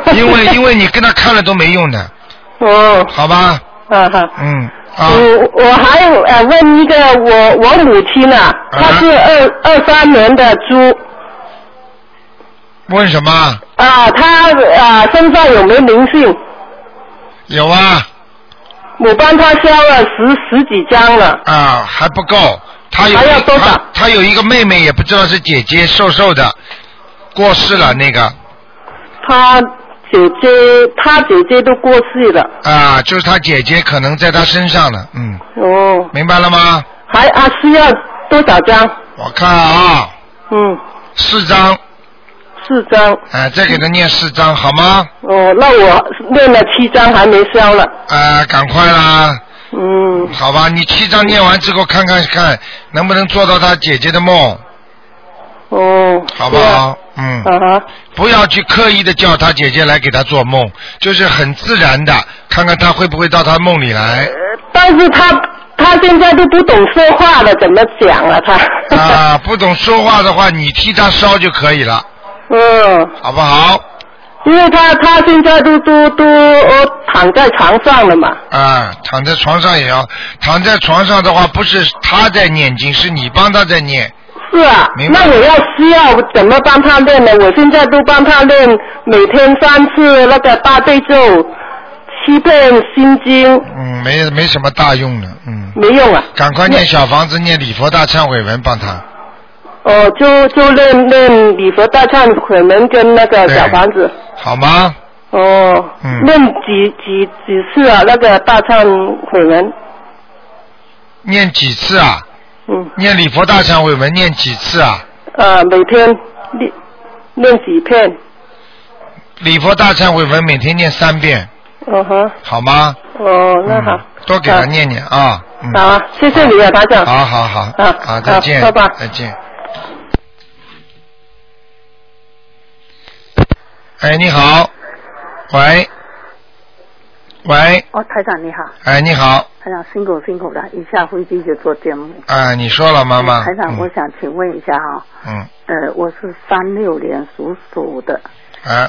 Speaker 3: 好。
Speaker 1: 因为因为你跟他看了都没用的，
Speaker 3: 哦，
Speaker 1: 好吧？
Speaker 3: 啊哈。
Speaker 1: 嗯啊，
Speaker 3: 我我还有呃问一个我我母亲啊，她是二二三年的猪
Speaker 1: 问什么？
Speaker 3: 啊，她啊身上有没有灵性？
Speaker 1: 有啊
Speaker 3: 我帮她消了十十几张了。
Speaker 1: 啊，还不够，他有
Speaker 3: 还要
Speaker 1: 一
Speaker 3: 多少
Speaker 1: 他他有一个妹妹，也不知道是姐姐，瘦瘦的，过世了那个
Speaker 3: 她姐姐她姐姐都过世了。
Speaker 1: 啊，就是他姐姐可能在他身上了，嗯，
Speaker 3: 哦，
Speaker 1: 明白了吗？
Speaker 3: 还啊需要多少张？
Speaker 1: 我看啊，
Speaker 3: 嗯，
Speaker 1: 四张，
Speaker 3: 四张。
Speaker 1: 啊，再给他念四张好吗？
Speaker 3: 哦，那我练了七张还没消呢。
Speaker 1: 啊，赶快啦，
Speaker 3: 嗯，
Speaker 1: 好吧，你七张念完之后，看看看能不能做到他姐姐的梦，
Speaker 3: 哦。
Speaker 1: 好不好？嗯
Speaker 3: 是啊？，啊哈，
Speaker 1: 不要去刻意的叫他姐姐来给他做梦，就是很自然的，看看他会不会到他梦里来。
Speaker 3: 但是他他现在都不懂说话了，怎么讲啊他？
Speaker 1: 啊，不懂说话的话，你替他烧就可以了，
Speaker 3: 嗯，
Speaker 1: 好不好？
Speaker 3: 因为他他现在都都都、哦、躺在床上了嘛。
Speaker 1: 啊，躺在床上也要，躺在床上的话，不是他在念经，是你帮他在念。
Speaker 3: 是啊
Speaker 1: 明，白
Speaker 3: 那我要需要怎么帮他练呢？我现在都帮他练，每天三次那个大悲咒，七遍心经，
Speaker 1: 嗯，没没什么大用的，嗯，
Speaker 3: 没用啊。
Speaker 1: 赶快念小房子，念礼佛大忏悔文，帮他。
Speaker 3: 哦，就就练练礼佛大忏悔能跟那个
Speaker 1: 对
Speaker 3: 小房子。
Speaker 1: 好吗？
Speaker 3: 哦，
Speaker 1: 嗯
Speaker 3: 练几几几次啊？那个大忏悔文，
Speaker 1: 念几次啊？
Speaker 3: 嗯，
Speaker 1: 念礼佛大忏悔文念几次啊？
Speaker 3: 呃，每天练练几片，
Speaker 1: 礼佛大忏悔文每天念三遍，
Speaker 3: 嗯哼，
Speaker 1: 好吗？
Speaker 3: 哦，那好
Speaker 1: 嗯，，多给他念念啊。嗯，
Speaker 3: 好啊，谢谢你啊，台
Speaker 6: 嗯
Speaker 3: 长，
Speaker 1: 好好好，
Speaker 3: 好
Speaker 1: 好，再见，
Speaker 3: 好拜拜
Speaker 1: 再见。哎，你好，喂，喂，
Speaker 6: 哦，台长你好，
Speaker 1: 哎，你好，
Speaker 6: 台长辛苦辛苦了，一下飞机就做节目。
Speaker 1: 啊，你说了，妈妈，
Speaker 6: 哎台长，我想请问一下哈、
Speaker 1: 嗯，
Speaker 6: 呃，我是三六年属鼠的，
Speaker 1: 啊，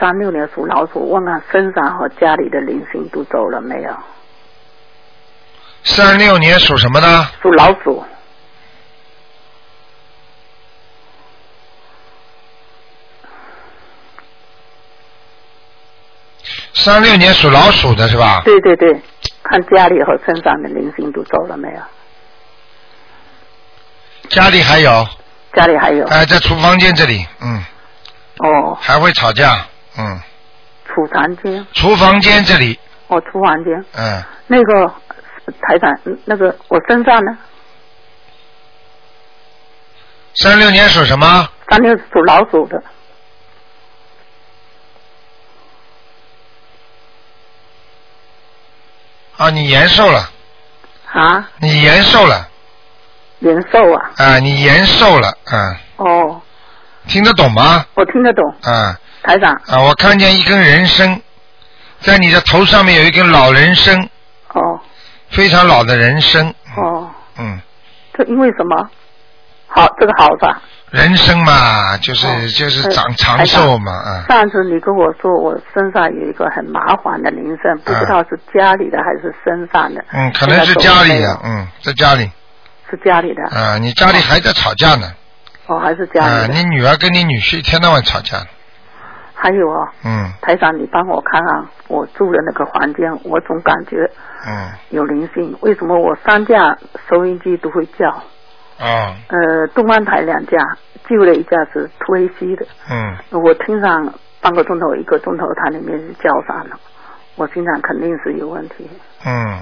Speaker 6: 三六年属老鼠，问看身上和家里的灵性都走了没有？
Speaker 1: 三六年属什么的？
Speaker 6: 属老鼠，
Speaker 1: 三六年属老鼠的是吧？
Speaker 6: 对对对，看家里和身上的灵性都走了没有？
Speaker 1: 家里还有，
Speaker 6: 家里还有
Speaker 1: 哎，在厨房间这里，嗯，
Speaker 6: 哦，
Speaker 1: 还会吵架，嗯，
Speaker 6: 储藏间，
Speaker 1: 厨房间这里，
Speaker 6: 哦，厨房间，
Speaker 1: 嗯，
Speaker 6: 那个台长，那个我身上呢？
Speaker 1: 三六年属什么？
Speaker 6: 三六属老鼠的，
Speaker 1: 啊，你延寿了，
Speaker 6: 啊，
Speaker 1: 你延寿了，
Speaker 6: 人寿啊，
Speaker 1: 啊，你延寿了，啊，
Speaker 6: 哦，
Speaker 1: 听得懂吗？
Speaker 6: 我听得懂，
Speaker 1: 啊
Speaker 6: 台长，
Speaker 1: 啊，我看见一根人参，在你的头上面有一根老人参，
Speaker 6: 哦
Speaker 1: 非常老的人参，
Speaker 6: 哦，
Speaker 1: 嗯，
Speaker 6: 这因为什么？好，这个好是吧？
Speaker 1: 人参嘛，就是、
Speaker 6: 哦
Speaker 1: 就是
Speaker 6: 呃
Speaker 1: 长
Speaker 6: 台
Speaker 1: 长
Speaker 6: 长
Speaker 1: 寿嘛，啊，
Speaker 6: 上次你跟我说我身上有一个很麻烦的铃声，不知道是家里的还是身上的。
Speaker 1: 啊嗯，可能是家里的，嗯，在家里，
Speaker 6: 是家里的，
Speaker 1: 啊，你家里还在吵架呢，
Speaker 6: 哦，还是家
Speaker 1: 啊，
Speaker 6: 里的。
Speaker 1: 你女儿跟你女婿一天到晚吵架，
Speaker 6: 还有哦，
Speaker 1: 嗯
Speaker 6: 台长，你帮我看看我住的那个房间，我总感觉
Speaker 1: 嗯，
Speaker 6: 有灵性，为什么我三架收音机都会叫？
Speaker 1: 啊，
Speaker 6: 呃，东方台两架，旧的一架是推西的，
Speaker 1: 嗯，
Speaker 6: 我听上半个钟头、一个钟头，它里面是叫上了，我心想肯定是有问题。
Speaker 1: 嗯。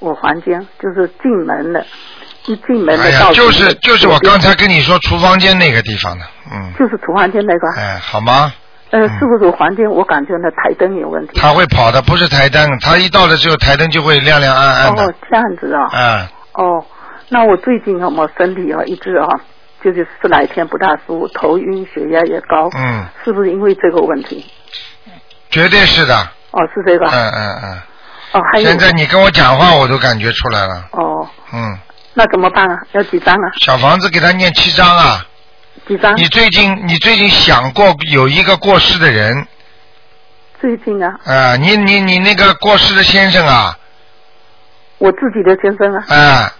Speaker 6: 我房间就是进门的，一进门
Speaker 1: 哎
Speaker 6: 的
Speaker 1: 呀，
Speaker 6: 到
Speaker 1: 就是
Speaker 6: 左边
Speaker 1: 就是我刚才跟你说厨房间那个地方的，嗯，
Speaker 6: 就是厨房间那个，
Speaker 1: 哎，嗯好吗？
Speaker 6: 呃，是不是房间？我感觉那台灯有问题。
Speaker 1: 他会跑的，不是台灯，他一到了之后台灯就会亮亮暗暗的
Speaker 6: 哦，，这样子啊、
Speaker 1: 啊，
Speaker 6: 哦，那我最近啊，我身体啊一直啊，就是十来天不大舒服，头晕，血压也高，
Speaker 1: 嗯，
Speaker 6: 是不是因为这个问题？
Speaker 1: 绝对是的，
Speaker 6: 哦，是这个。
Speaker 1: 嗯嗯
Speaker 6: 哦，还
Speaker 1: 嗯。
Speaker 6: 有。
Speaker 1: 现在你跟我讲话，我都感觉出来了，
Speaker 6: 哦，
Speaker 1: 嗯，
Speaker 6: 那怎么办啊？要几张啊？
Speaker 1: 小房子给他念七章啊。
Speaker 6: 几张？
Speaker 1: 你最近你最近想过有一个过世的人
Speaker 6: 最近啊，
Speaker 1: 啊、你你你那个过世的先生啊，
Speaker 6: 我自己的先生啊，
Speaker 1: 啊、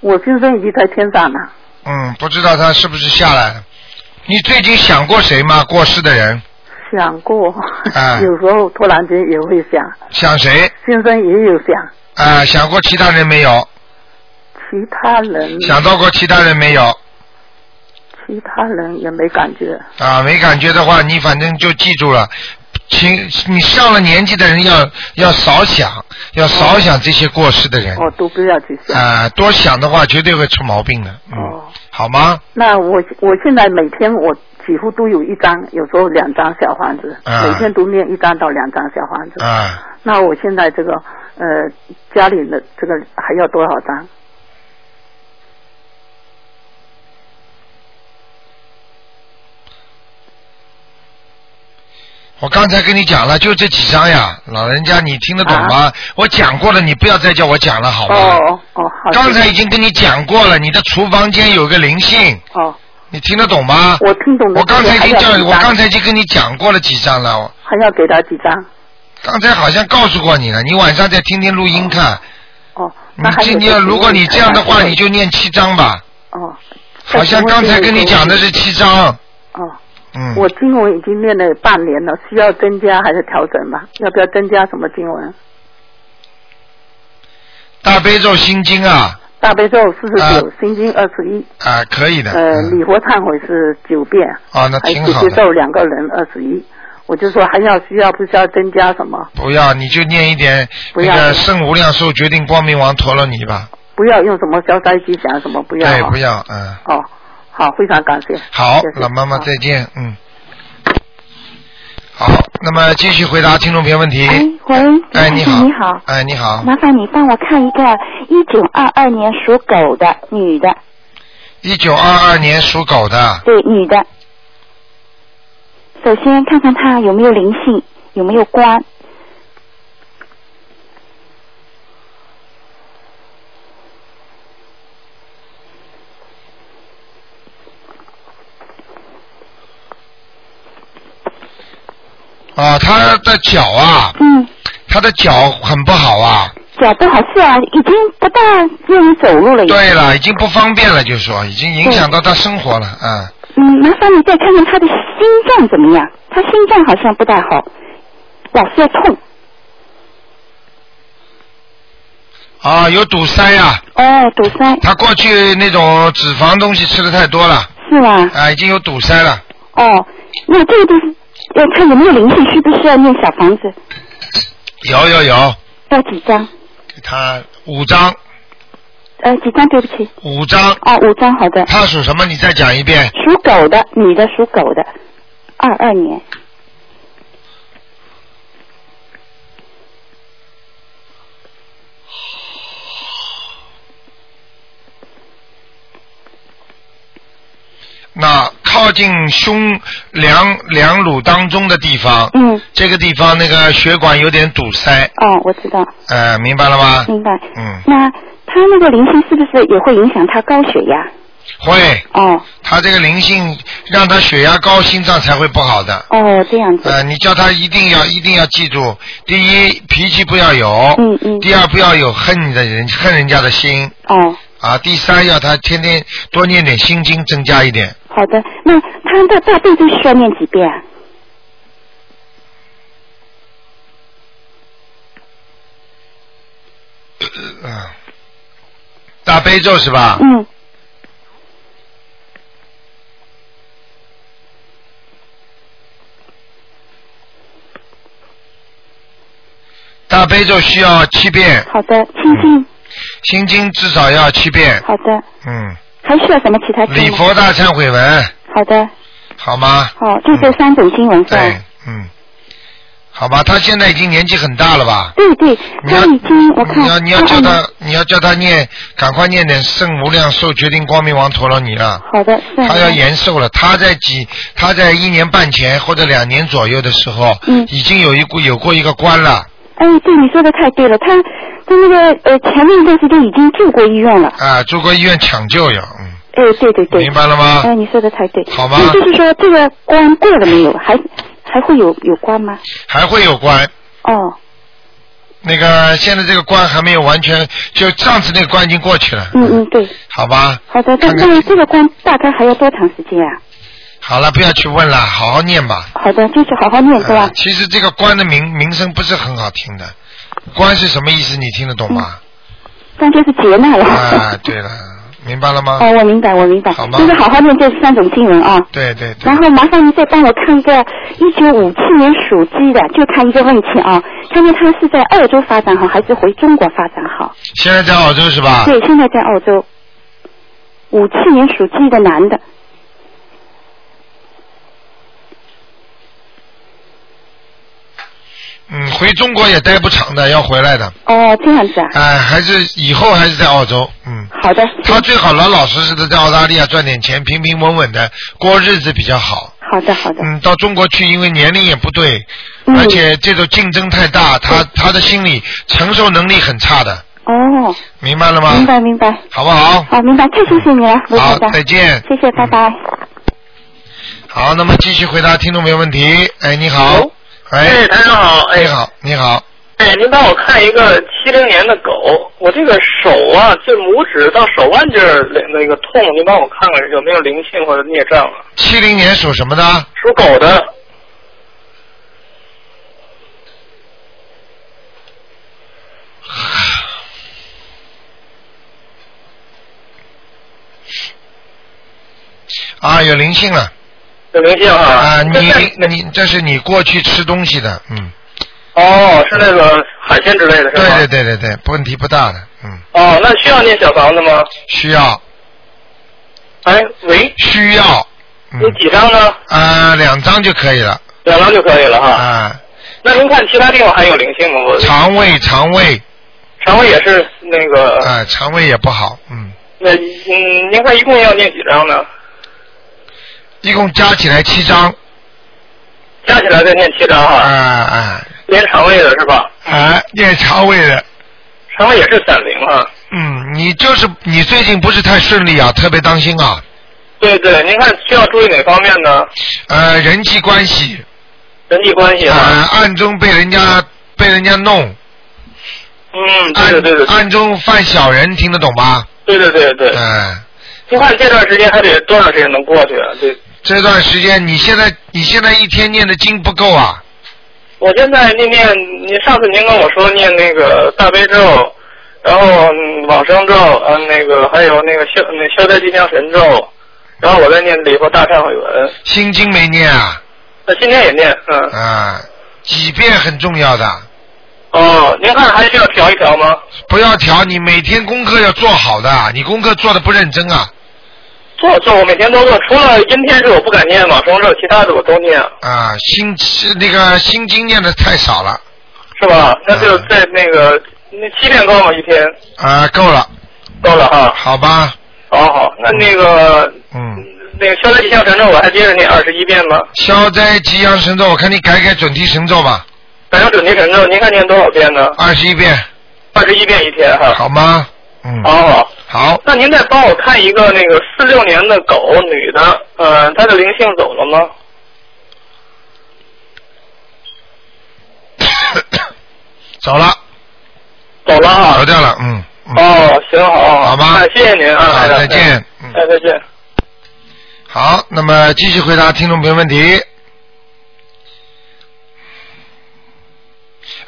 Speaker 6: 我先生已经在天上了。
Speaker 1: 嗯，不知道他是不是下来了。你最近想过谁吗？过世 的人
Speaker 6: 想过，
Speaker 1: 哎
Speaker 6: 有时候突然间也会想，
Speaker 1: 想谁？
Speaker 6: 先生也有想，
Speaker 1: 啊、想过其他人没有？
Speaker 6: 其他人
Speaker 1: 想到过其他人没有？
Speaker 6: 其他人也没感觉。
Speaker 1: 啊，没感觉的话，你反正就记住了。请你上了年纪的人要要少想，要少想这些过世的人
Speaker 6: 哦，都不要去
Speaker 1: 啊、
Speaker 6: 想。
Speaker 1: 多想的话绝对会出毛病的，嗯，
Speaker 6: 哦
Speaker 1: 好吗？
Speaker 6: 那我我现在每天我几乎都有一张，有时候两张小房子，
Speaker 1: 啊
Speaker 6: 每天都念一张到两张小房子。
Speaker 1: 啊、
Speaker 6: 那我现在这个呃家里的这个还要多少张？
Speaker 1: 我刚才跟你讲了，就这几张呀，老人家你听得懂吗？我讲过了，你不要再叫我讲了，好吗？
Speaker 6: 啊哦哦好。
Speaker 1: 刚才
Speaker 6: 谢
Speaker 1: 已
Speaker 6: 谢
Speaker 1: 经跟你讲过了，你的厨房间有个灵性，
Speaker 6: 哦，
Speaker 1: 你听得懂吗？
Speaker 6: 我听懂了。
Speaker 1: 我刚才已经
Speaker 6: 还
Speaker 1: 叫
Speaker 6: 要几，张
Speaker 1: 我刚才已经跟你讲过了几张了，我
Speaker 6: 还要给他几张？
Speaker 1: 刚才好像告诉过你了，你晚上再听听录音看。
Speaker 6: 哦，
Speaker 1: 你
Speaker 6: 那还有
Speaker 1: 今天如果你这样的话，你就念七章吧。
Speaker 6: 哦，
Speaker 1: 好像刚才跟你讲的是七章，
Speaker 6: 哦，
Speaker 1: 嗯，
Speaker 6: 我经文已经念了半年了，需要增加还是调整吗？要不要增加什么经文？
Speaker 1: 大悲咒心经啊
Speaker 6: 大悲咒四十九
Speaker 1: 啊，
Speaker 6: 心经二十一，
Speaker 1: 啊，可以的。
Speaker 6: 呃，
Speaker 1: 嗯
Speaker 6: 礼佛忏悔是九遍，
Speaker 1: 啊，那
Speaker 6: 还
Speaker 1: 挺
Speaker 6: 是
Speaker 1: 好
Speaker 6: 接
Speaker 1: 的。
Speaker 6: 受两个人二十一。我就说还要需要不需要增加什么？
Speaker 1: 不要，你就念一点
Speaker 6: 不
Speaker 1: 那
Speaker 6: 要
Speaker 1: 个圣无量寿决定光明王陀罗尼吧。
Speaker 6: 不要用什么消灾吉祥什么不要啊、
Speaker 1: 对，不要，嗯。
Speaker 6: 哦，好，非常感谢。
Speaker 1: 好
Speaker 6: 谢，谢
Speaker 1: 老妈妈
Speaker 6: 好
Speaker 1: 再见，嗯。好，那么继续回答听众朋友问题。
Speaker 2: 哎，喂，
Speaker 1: 哎，你好，
Speaker 2: 你好，
Speaker 1: 哎，你好，
Speaker 2: 麻烦你帮我看一个一九二二年属狗的女的，
Speaker 1: 一九二二年属狗的，
Speaker 2: 对，女的。首先看看她有没有灵性，有没有关，
Speaker 1: 啊，他的脚啊，
Speaker 2: 嗯，
Speaker 1: 他的脚很不好啊。
Speaker 2: 脚不好是啊，已经不大愿意走路了。
Speaker 1: 对了，已经不方便了，就说已经影响到他生活了啊。
Speaker 2: 嗯，麻烦你再看看他的心脏怎么样？他心脏好像不大好，老是痛。
Speaker 1: 啊，有堵塞呀、
Speaker 2: 哦，堵塞
Speaker 1: 他过去那种脂肪东西吃的太多了，
Speaker 2: 是吧？
Speaker 1: 啊，已经有堵塞了。
Speaker 2: 哦，那这个地方要看有没有灵性，需不需要念小房子？
Speaker 1: 有有有，
Speaker 2: 要几张？
Speaker 1: 给他五张，
Speaker 2: 呃，几张？对不起。
Speaker 1: 五张。
Speaker 2: 哦，五张，好的。
Speaker 1: 他属什么？你再讲一遍。
Speaker 2: 属狗的，女的属狗的，二二年。
Speaker 1: 那靠近胸梁梁乳当中的地方，
Speaker 2: 嗯，
Speaker 1: 这个地方那个血管有点堵塞，
Speaker 2: 哦，我知道。
Speaker 1: 呃，明白了吗？
Speaker 2: 明白。
Speaker 1: 嗯，
Speaker 2: 那他那个灵性是不是也会影响他高血压？
Speaker 1: 会，
Speaker 2: 哦
Speaker 1: 他这个灵性让他血压高，心脏才会不好的。
Speaker 2: 哦，这样子。
Speaker 1: 呃，你叫他一定要一定要记住，第一脾气不要有，
Speaker 2: 嗯嗯。
Speaker 1: 第二不要有恨你的人恨人家的心
Speaker 2: 哦，
Speaker 1: 啊，第三要他天天多念点心经，增加一点。
Speaker 2: 好的。那他的大悲咒需要念几遍啊？
Speaker 1: 嗯，大悲咒是吧？
Speaker 2: 嗯。
Speaker 1: 大悲咒需要七遍，嗯
Speaker 2: 好的，清净。
Speaker 1: 心经至少要七遍，
Speaker 2: 好的。
Speaker 1: 嗯，
Speaker 2: 还需要什么其他经吗
Speaker 1: 礼佛大忏悔文，
Speaker 2: 好的，
Speaker 1: 好吗？
Speaker 2: 好，就这三种经文是吧？
Speaker 1: 对，嗯，好吧，他现在已经年纪很大了吧？
Speaker 2: 对对，他已经我看
Speaker 1: 你要你要
Speaker 2: 22
Speaker 1: 叫
Speaker 2: 年
Speaker 1: 他，你要叫他念，赶快念点圣无量寿决定光明王陀罗尼了。
Speaker 2: 好的，是
Speaker 1: 他要延寿了，他在几，他在一年半前或者两年左右的时候，
Speaker 2: 嗯
Speaker 1: 已经有一股有过一个关了，
Speaker 2: 哎，对，你说的太对了，他他那个呃前面一段时间已经住过医院了。
Speaker 1: 啊，住过医院抢救有，嗯，
Speaker 2: 哎，对对对。
Speaker 1: 明白了吗
Speaker 2: 哎，你说的太对。
Speaker 1: 好吧
Speaker 2: 那就是说这个关过了没有？还还会有有关吗？
Speaker 1: 还会有关。
Speaker 2: 哦，
Speaker 1: 那个现在这个关还没有完全，就上次那个关已经过去了，
Speaker 2: 嗯嗯，对。
Speaker 1: 好吧？
Speaker 2: 好的，但
Speaker 1: 看看
Speaker 2: 但这个关大概还要多长时间啊？
Speaker 1: 好了，不要去问了，好好念吧。
Speaker 2: 好的，就是好好念是吧
Speaker 1: 呃？其实这个关的名名声不是很好听的，关是什么意思？你听得懂吗？
Speaker 2: 但就是劫难了。
Speaker 1: 啊，对了，明白了吗？
Speaker 2: 哦，我明白，我明白，
Speaker 1: 好吗
Speaker 2: 就是好好念这三种经文啊。
Speaker 1: 对对对，
Speaker 2: 然后麻烦您再帮我看一个一九五七年属鸡的，就看一个问题啊，看看他是在澳洲发展好还是回中国发展好？
Speaker 1: 现在在澳洲是吧？
Speaker 2: 对，现在在澳洲。五七年属鸡的男的，
Speaker 1: 嗯，回中国也待不长的，要回来的。
Speaker 2: 哦，这样子啊，
Speaker 1: 哎、还是以后还是在澳洲，嗯。
Speaker 2: 好的，
Speaker 1: 他最好老老实实的在澳大利亚赚点钱，平平稳稳的过日子比较好。
Speaker 2: 好的，好的，
Speaker 1: 嗯，到中国去，因为年龄也不对，
Speaker 2: 嗯
Speaker 1: 而且这种竞争太大，他他的心理承受能力很差的，
Speaker 2: 哦，
Speaker 1: 明白了吗？
Speaker 2: 明白明白，
Speaker 1: 好不好？
Speaker 2: 好明白，太谢谢你了，卢
Speaker 1: 好
Speaker 2: 台，长，
Speaker 1: 再见。
Speaker 2: 谢谢，拜拜。
Speaker 1: 好，那么继续回答听众朋友问题。哎，你好。
Speaker 7: 哎，
Speaker 1: 喂，
Speaker 7: 台长好，哎
Speaker 1: 你，好，你好。
Speaker 7: 哎，您帮我看一个七零年的狗，我这个手啊，这拇指到手腕这儿那个痛，您帮我看看有没有灵性或者孽障啊？
Speaker 1: 七零年属什么的？
Speaker 7: 属狗的，
Speaker 1: 啊，有灵性了
Speaker 7: 有灵性
Speaker 1: 啊！
Speaker 7: 那
Speaker 1: 你你这是你过去吃东西的，嗯，
Speaker 7: 哦，是那个海鲜之类的，
Speaker 1: 对
Speaker 7: 是吗？
Speaker 1: 对对对对，问题不大的，嗯，
Speaker 7: 哦，那需要念小房子吗？
Speaker 1: 需要
Speaker 7: 哎，喂，
Speaker 1: 需要，嗯
Speaker 7: 有几张呢？
Speaker 1: 啊，两张就可以了
Speaker 7: 两张就可以了哈。
Speaker 1: 啊。
Speaker 7: 那您看其他地方还有灵性吗？我
Speaker 1: 肠胃肠胃
Speaker 7: 肠胃也是那个，
Speaker 1: 啊，肠胃也不好，嗯，
Speaker 7: 那嗯，您看一共要念几张呢？
Speaker 1: 一共加起来七张，
Speaker 7: 加起来再念七张
Speaker 1: 啊
Speaker 7: 哈，
Speaker 1: 啊
Speaker 7: 连肠胃的是吧？
Speaker 1: 啊，念肠胃的。
Speaker 7: 肠胃也是散灵啊。
Speaker 1: 嗯，你就是你最近不是太顺利啊，特别当心啊，
Speaker 7: 对对，您看需要注意哪方面呢？
Speaker 1: 呃，人际关系，
Speaker 7: 人际关系
Speaker 1: 啊、暗中被人家被人家弄，
Speaker 7: 嗯，对的对的，
Speaker 1: 暗中犯小人，听得懂吧？
Speaker 7: 对的对的对。
Speaker 1: 嗯，
Speaker 7: 你看这段时间还得多长时间能过去啊？这
Speaker 1: 这段时间你现在你现在一天念的经不够啊，
Speaker 7: 我现在念念，你上次您跟我说念那个大悲咒，然后嗯往生咒，嗯，那个还有那个消那消灾吉祥神咒，然后我再念礼佛大忏悔文，
Speaker 1: 心经没念啊？
Speaker 7: 那今天也念，嗯。
Speaker 1: 啊，几遍很重要的，
Speaker 7: 哦，您看还需要调一调吗？
Speaker 1: 不要调，你每天功课要做好的，你功课做的不认真啊
Speaker 7: 做做，我每天都做，除了阴天是我不敢念往生咒，其他的我都念，
Speaker 1: 啊，心那个心经念的太少了
Speaker 7: 是吧？那就在那个那七遍够吗？一天
Speaker 1: 啊，够了，
Speaker 7: 够了哈。
Speaker 1: 好吧，
Speaker 7: 好哦好，那那个
Speaker 1: 嗯，
Speaker 7: 那个消灾吉祥神咒我还接着念二十一遍吗？
Speaker 1: 消灾吉祥神咒，我看你改改准提神咒吧，
Speaker 7: 改成准提神咒，您看念多少遍呢？
Speaker 1: 二十一遍，
Speaker 7: 二十一遍一天哈。
Speaker 1: 好吗？嗯，
Speaker 7: 好好。
Speaker 1: 好，
Speaker 7: 那您再帮我看一个那个四六年的狗女的，呃，她的灵性走了吗？
Speaker 1: 走了，
Speaker 7: 走了啊。
Speaker 1: 走掉了，嗯，
Speaker 7: 哦，行好，
Speaker 1: 好吧
Speaker 7: 哎谢谢您啊，
Speaker 1: 好
Speaker 7: 哎
Speaker 1: 再见，嗯
Speaker 7: 哎，再见。
Speaker 1: 好，那么继续回答听众朋友问题。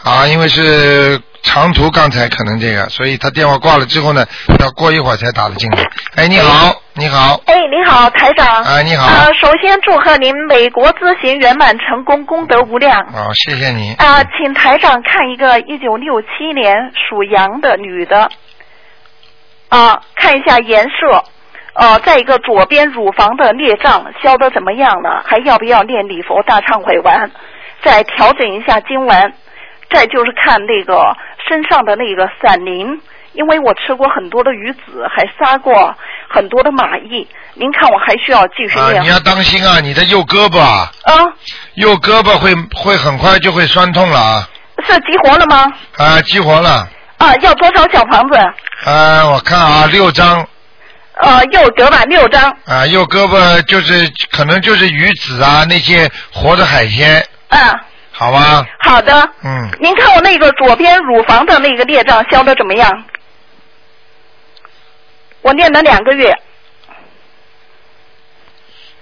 Speaker 1: 啊，因为是长途，刚才可能这个，所以他电话挂了之后呢，要过一会儿才打得进来。哎，你好，你好，
Speaker 8: 哎，你好，台长。
Speaker 1: 哎你好
Speaker 8: 呃，首先祝贺您美国咨询圆满成功，功德无量。
Speaker 1: 啊、谢谢你。
Speaker 8: 啊、请台长看一个一九六七年属羊的女的，啊、看一下颜色，呃，再一个左边乳房的裂胀消的怎么样了？还要不要念礼佛大忏悔文？再调整一下经文，再就是看那个身上的那个散鳞，因为我吃过很多的鱼子，还杀过很多的蚂蚁，您看我还需要继续
Speaker 1: 啊，
Speaker 8: 念
Speaker 1: 你要当心啊，你的右胳膊啊，
Speaker 8: 啊，
Speaker 1: 右胳膊会会很快就会酸痛了啊，
Speaker 8: 是激活了吗？
Speaker 1: 啊，激活了，
Speaker 8: 啊，要多少小房子？
Speaker 1: 啊，我看啊，六张，
Speaker 8: 呃，又折满六张，
Speaker 1: 啊，右胳膊就是可能就是鱼子啊那些活的海鲜，
Speaker 8: 嗯，
Speaker 1: 好吧，
Speaker 8: 好的。
Speaker 1: 嗯，
Speaker 8: 您看我那个左边乳房的那个裂障消的怎么样？我练了两个月，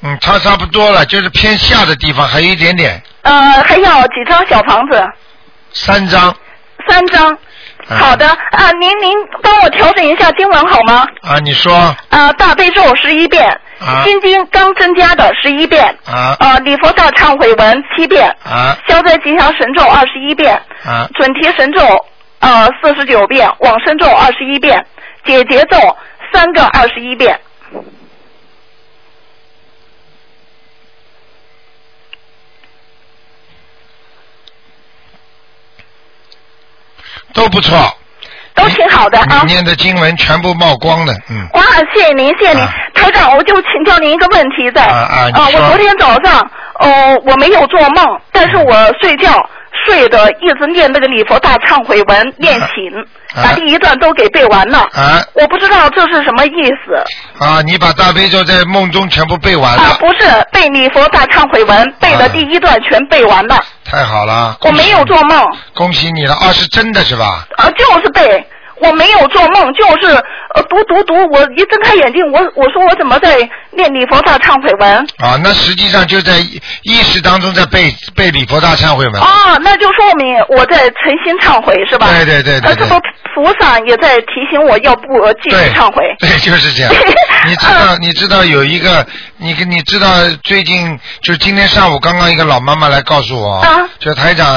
Speaker 1: 嗯，差差不多了，就是偏下的地方还有一点点，
Speaker 8: 呃，还要几张小房子？
Speaker 1: 三张。
Speaker 8: 三张。
Speaker 1: 嗯
Speaker 8: 好的，啊，您您帮我调整一下经文好吗？
Speaker 1: 啊，你说
Speaker 8: 啊，大悲咒十一遍，
Speaker 1: 啊
Speaker 8: 心经刚增加的十一遍，
Speaker 1: 啊
Speaker 8: 呃，礼佛大忏悔文七遍，
Speaker 1: 啊
Speaker 8: 消灾吉祥神咒二十一遍，
Speaker 1: 啊
Speaker 8: 准提神咒呃四十九遍，往生咒二十一遍，解结咒三个二十一遍。
Speaker 1: 都不错，
Speaker 8: 都挺好的啊
Speaker 1: 你。念的经文全部冒光的，嗯，
Speaker 8: 哇，谢谢您，谢谢您，台长，我就请教您一个问题在，
Speaker 1: 啊
Speaker 8: 呃
Speaker 1: 啊啊你说
Speaker 8: 我昨天早上，哦，我没有做梦，但是我睡觉睡的一直念那个礼佛大忏悔文，念醒，把第一段都给背完了，
Speaker 1: 啊
Speaker 8: 我不知道这是什么意思
Speaker 1: 啊，你把大悲咒在梦中全部背完了，
Speaker 8: 啊，不是背礼佛大忏悔文，背
Speaker 1: 啊
Speaker 8: 的第一段全背完了，
Speaker 1: 太好了，
Speaker 8: 我
Speaker 1: 嗯
Speaker 8: 没有做梦，
Speaker 1: 恭喜你了，啊，是真的是吧？
Speaker 8: 啊，就是背。我没有做梦，就是呃读读读，我一睁开眼睛，我我说我怎么在念礼佛大忏悔文？
Speaker 1: 啊，那实际上就在意意识当中在背背礼佛大忏悔文，
Speaker 8: 哦，那就说明我在诚心忏悔是吧？
Speaker 1: 对对对对
Speaker 8: 呃，这
Speaker 1: 对
Speaker 8: 个，菩萨也在提醒我要不呃继续
Speaker 1: 对
Speaker 8: 忏悔。
Speaker 1: 对，就是这样。你知道，你知道有一个，你跟你知道最近就是今天上午刚刚一个老妈妈来告诉我，就台长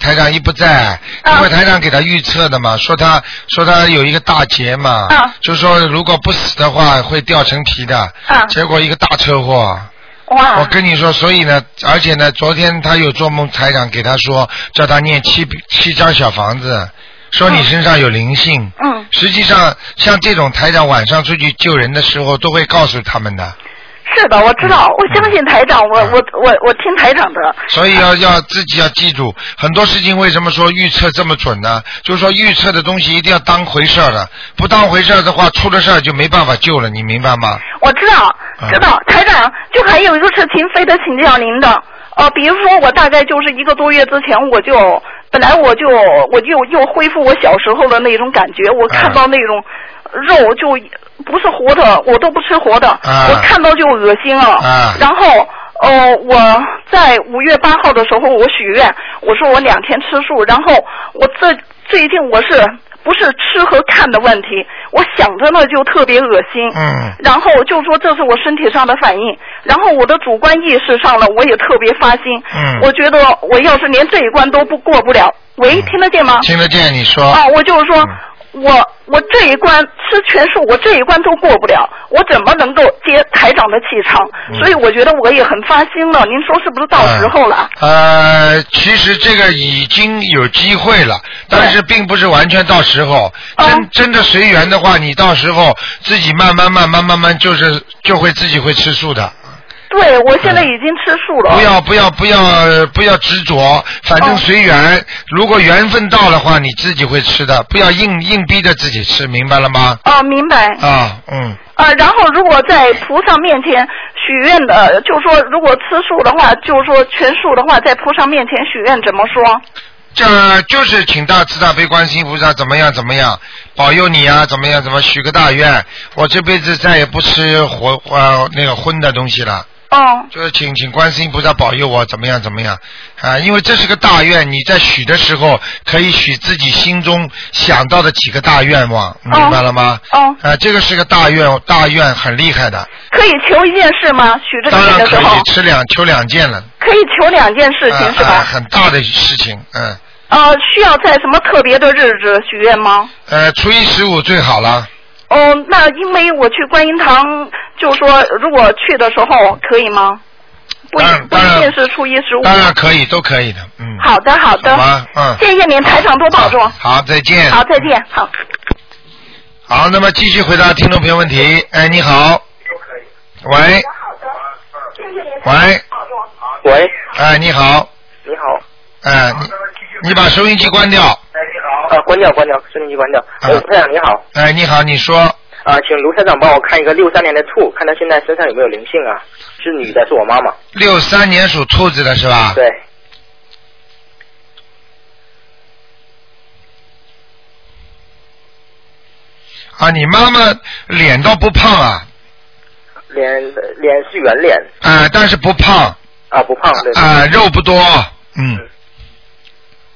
Speaker 1: 台长一不在，因为台长给她预测的嘛，说她说她有一个大劫嘛，就说如果不死的话会掉成皮的，结果一个大车祸。
Speaker 8: 哇！
Speaker 1: 我跟你说，所以呢，而且呢，昨天他有做梦，台长给他说，叫他念七七张小房子，说你身上有灵性。
Speaker 8: 嗯。
Speaker 1: 实际上，像这种台长晚上出去救人的时候，都会告诉他们的，
Speaker 8: 是的，我知道，我相信台长，我我我我听台长的。
Speaker 1: 嗯所以
Speaker 8: 嗯
Speaker 1: 要要自己要记住，很多事情为什么说预测这么准呢？就是说预测的东西一定要当回事儿的，不当回事儿的话，出了事儿就没办法救了，你明白吗？
Speaker 8: 嗯
Speaker 9: 啊
Speaker 8: 我知道，知道，台长，就还有一个事情非得请教您的。呃，比如说我大概就是一个多月之前，我就本来我就我就又恢复我小时候的那种感觉，我
Speaker 9: 啊
Speaker 8: 看到那种肉就不是活的，我都不吃活的，
Speaker 9: 啊
Speaker 8: 我看到就恶心了。
Speaker 9: 啊
Speaker 8: 然后呃，我在五月八号的时候我许愿，我说我两天吃素，然后我这最近我是。不是吃和看的问题，我想着呢就特别恶心。
Speaker 1: 嗯
Speaker 8: 然后就说这是我身体上的反应，然后我的主观意识上了，我也特别发心。
Speaker 1: 嗯
Speaker 8: 我觉得我要是连这一关都不过不了，喂，听得见吗？
Speaker 1: 嗯听得见你说。嗯
Speaker 8: 啊，我就是说，我我这一关吃全素，我这一关都过不了，我怎么能够接台长的气场？
Speaker 1: 嗯
Speaker 8: 所以我觉得我也很发心了，您说是不是到时候了？
Speaker 1: 呃，其实这个已经有机会了，但是并不是完全到时候。
Speaker 8: 嗯
Speaker 1: 真真的随缘的话，你到时候自己慢慢慢慢慢慢，就是就会自己会吃素的。
Speaker 8: 对，我现在已经吃素了。
Speaker 1: 嗯不要不要不要不要执着，反正随缘。如果缘分到的话，你自己会吃的，不要硬硬逼着自己吃，明白了吗？
Speaker 8: 啊，明白。
Speaker 1: 啊，嗯，
Speaker 8: 啊，然后如果在菩萨面前许愿的，就说如果吃素的话，就说全素的话，在菩萨面前许愿怎么说？
Speaker 1: 这就是请大慈大悲观世音菩萨怎么样怎么样保佑你啊，怎么样怎么许个大愿，我这辈子再也不吃活呃那个荤的东西了。
Speaker 8: 哦。
Speaker 1: 就是请请观世音菩萨保佑我怎么样怎么样啊，因为这是个大愿，你在许的时候可以许自己心中想到的几个大愿望，明白了吗？
Speaker 8: 哦。
Speaker 1: 啊，这个是个大愿，大愿很厉害的，
Speaker 8: 可以求一件事吗？许这个
Speaker 1: 当
Speaker 8: 愿
Speaker 1: 然
Speaker 8: 的时
Speaker 1: 可
Speaker 8: 候
Speaker 1: 以，吃两求两件了，
Speaker 8: 可以求两件事情、
Speaker 1: 啊
Speaker 8: 是
Speaker 1: 啊，
Speaker 8: 吧？
Speaker 1: 很大的事情，嗯。
Speaker 8: 呃，需要在什么特别的日子许愿吗？
Speaker 1: 呃，初一十五最好了。
Speaker 8: 哦，那因为我去观音堂，就说如果去的时候可以吗？不一不一定是初一十五。
Speaker 1: 当然可以，都可以的，嗯，
Speaker 8: 好的，好的。
Speaker 1: 好吧，嗯，
Speaker 8: 谢谢您，台长多保重。
Speaker 1: 好，再见。
Speaker 8: 好，再见。好。
Speaker 1: 好，那么继续回答听众朋友问题。哎，你好。喂。喂。
Speaker 10: 喂。
Speaker 1: 哎，你好。
Speaker 10: 你好。
Speaker 1: 哎，你你把收音机关掉。啊
Speaker 10: 啊，关掉，关掉，收音机关掉。哎，卢台长你好，
Speaker 1: 哎，你好，你说。
Speaker 10: 啊，请卢台长帮我看一个六三年的兔，看她现在身上有没有灵性啊？是女的，是我妈妈。
Speaker 1: 六三年属兔子的是吧？
Speaker 10: 对。
Speaker 1: 啊，你妈妈脸倒不胖啊，
Speaker 10: 脸脸是圆脸
Speaker 1: 啊、但是不胖，
Speaker 10: 啊，不胖对。
Speaker 1: 啊、肉不多，嗯，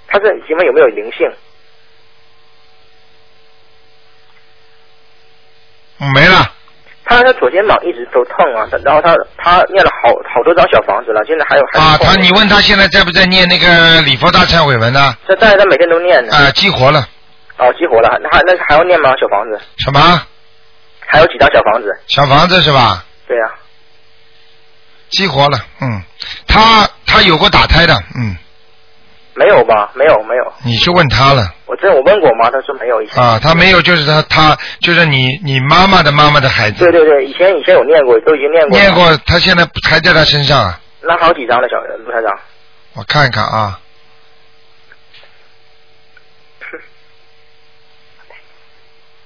Speaker 10: 她是请问有没有灵性？
Speaker 1: 没了。
Speaker 10: 她的左肩膀一直都痛啊，然后她她念了好好多张小房子了，现在还有还
Speaker 1: 啊，他你问他现在在不在念那个礼佛大忏悔文呢？
Speaker 10: 这但是她每天都念呢。
Speaker 1: 啊、激活了
Speaker 10: 哦，激活了，那还那还要念吗？小房子
Speaker 1: 什么
Speaker 10: 还有几张小房子？
Speaker 1: 小房子是吧？
Speaker 10: 对啊呀、
Speaker 1: 激活了，嗯，他他有过打胎的，嗯，
Speaker 10: 没有吧？没有没有，
Speaker 1: 你去问他了
Speaker 10: 我这我问过我妈，她说没有以前。
Speaker 1: 啊，他没有，就是他他就是你你妈妈的妈妈的孩子
Speaker 10: 对对对，以前以前有念过，都已经念过。
Speaker 1: 念过，他现在还在他身上啊，
Speaker 10: 那好几张了，小卢台长。
Speaker 1: 我看看啊，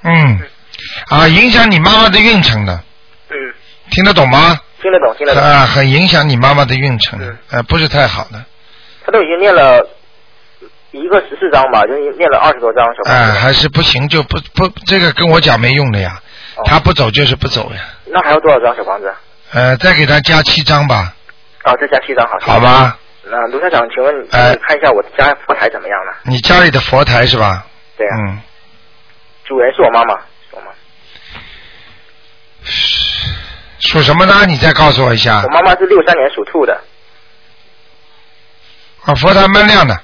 Speaker 1: 嗯，啊，影响你妈妈的运程的，
Speaker 10: 嗯，
Speaker 1: 听得懂吗？
Speaker 10: 听得懂，听得懂。
Speaker 1: 啊，很影响你妈妈的运程的，呃，不是太好的，
Speaker 10: 他都已经念了一个十四张吧，就是念了二十多张小朋友。
Speaker 1: 哎，还是不行，就不不，这个跟我讲没用的呀。
Speaker 10: 哦
Speaker 1: 他不走就是不走呀。
Speaker 10: 那还有多少张小房子？
Speaker 1: 呃，再给他加七张吧，
Speaker 10: 啊，再加七张好。
Speaker 1: 好吧？
Speaker 10: 那卢台长，请问你
Speaker 1: 哎
Speaker 10: 看一下我的家佛台怎么样了？
Speaker 1: 你家里的佛台是吧？
Speaker 10: 对呀、
Speaker 1: 嗯，
Speaker 10: 主人是我妈妈。
Speaker 1: 属什么呢？你再告诉我一下
Speaker 10: 我。妈妈是六三年属兔的。
Speaker 1: 啊，佛台蛮亮的，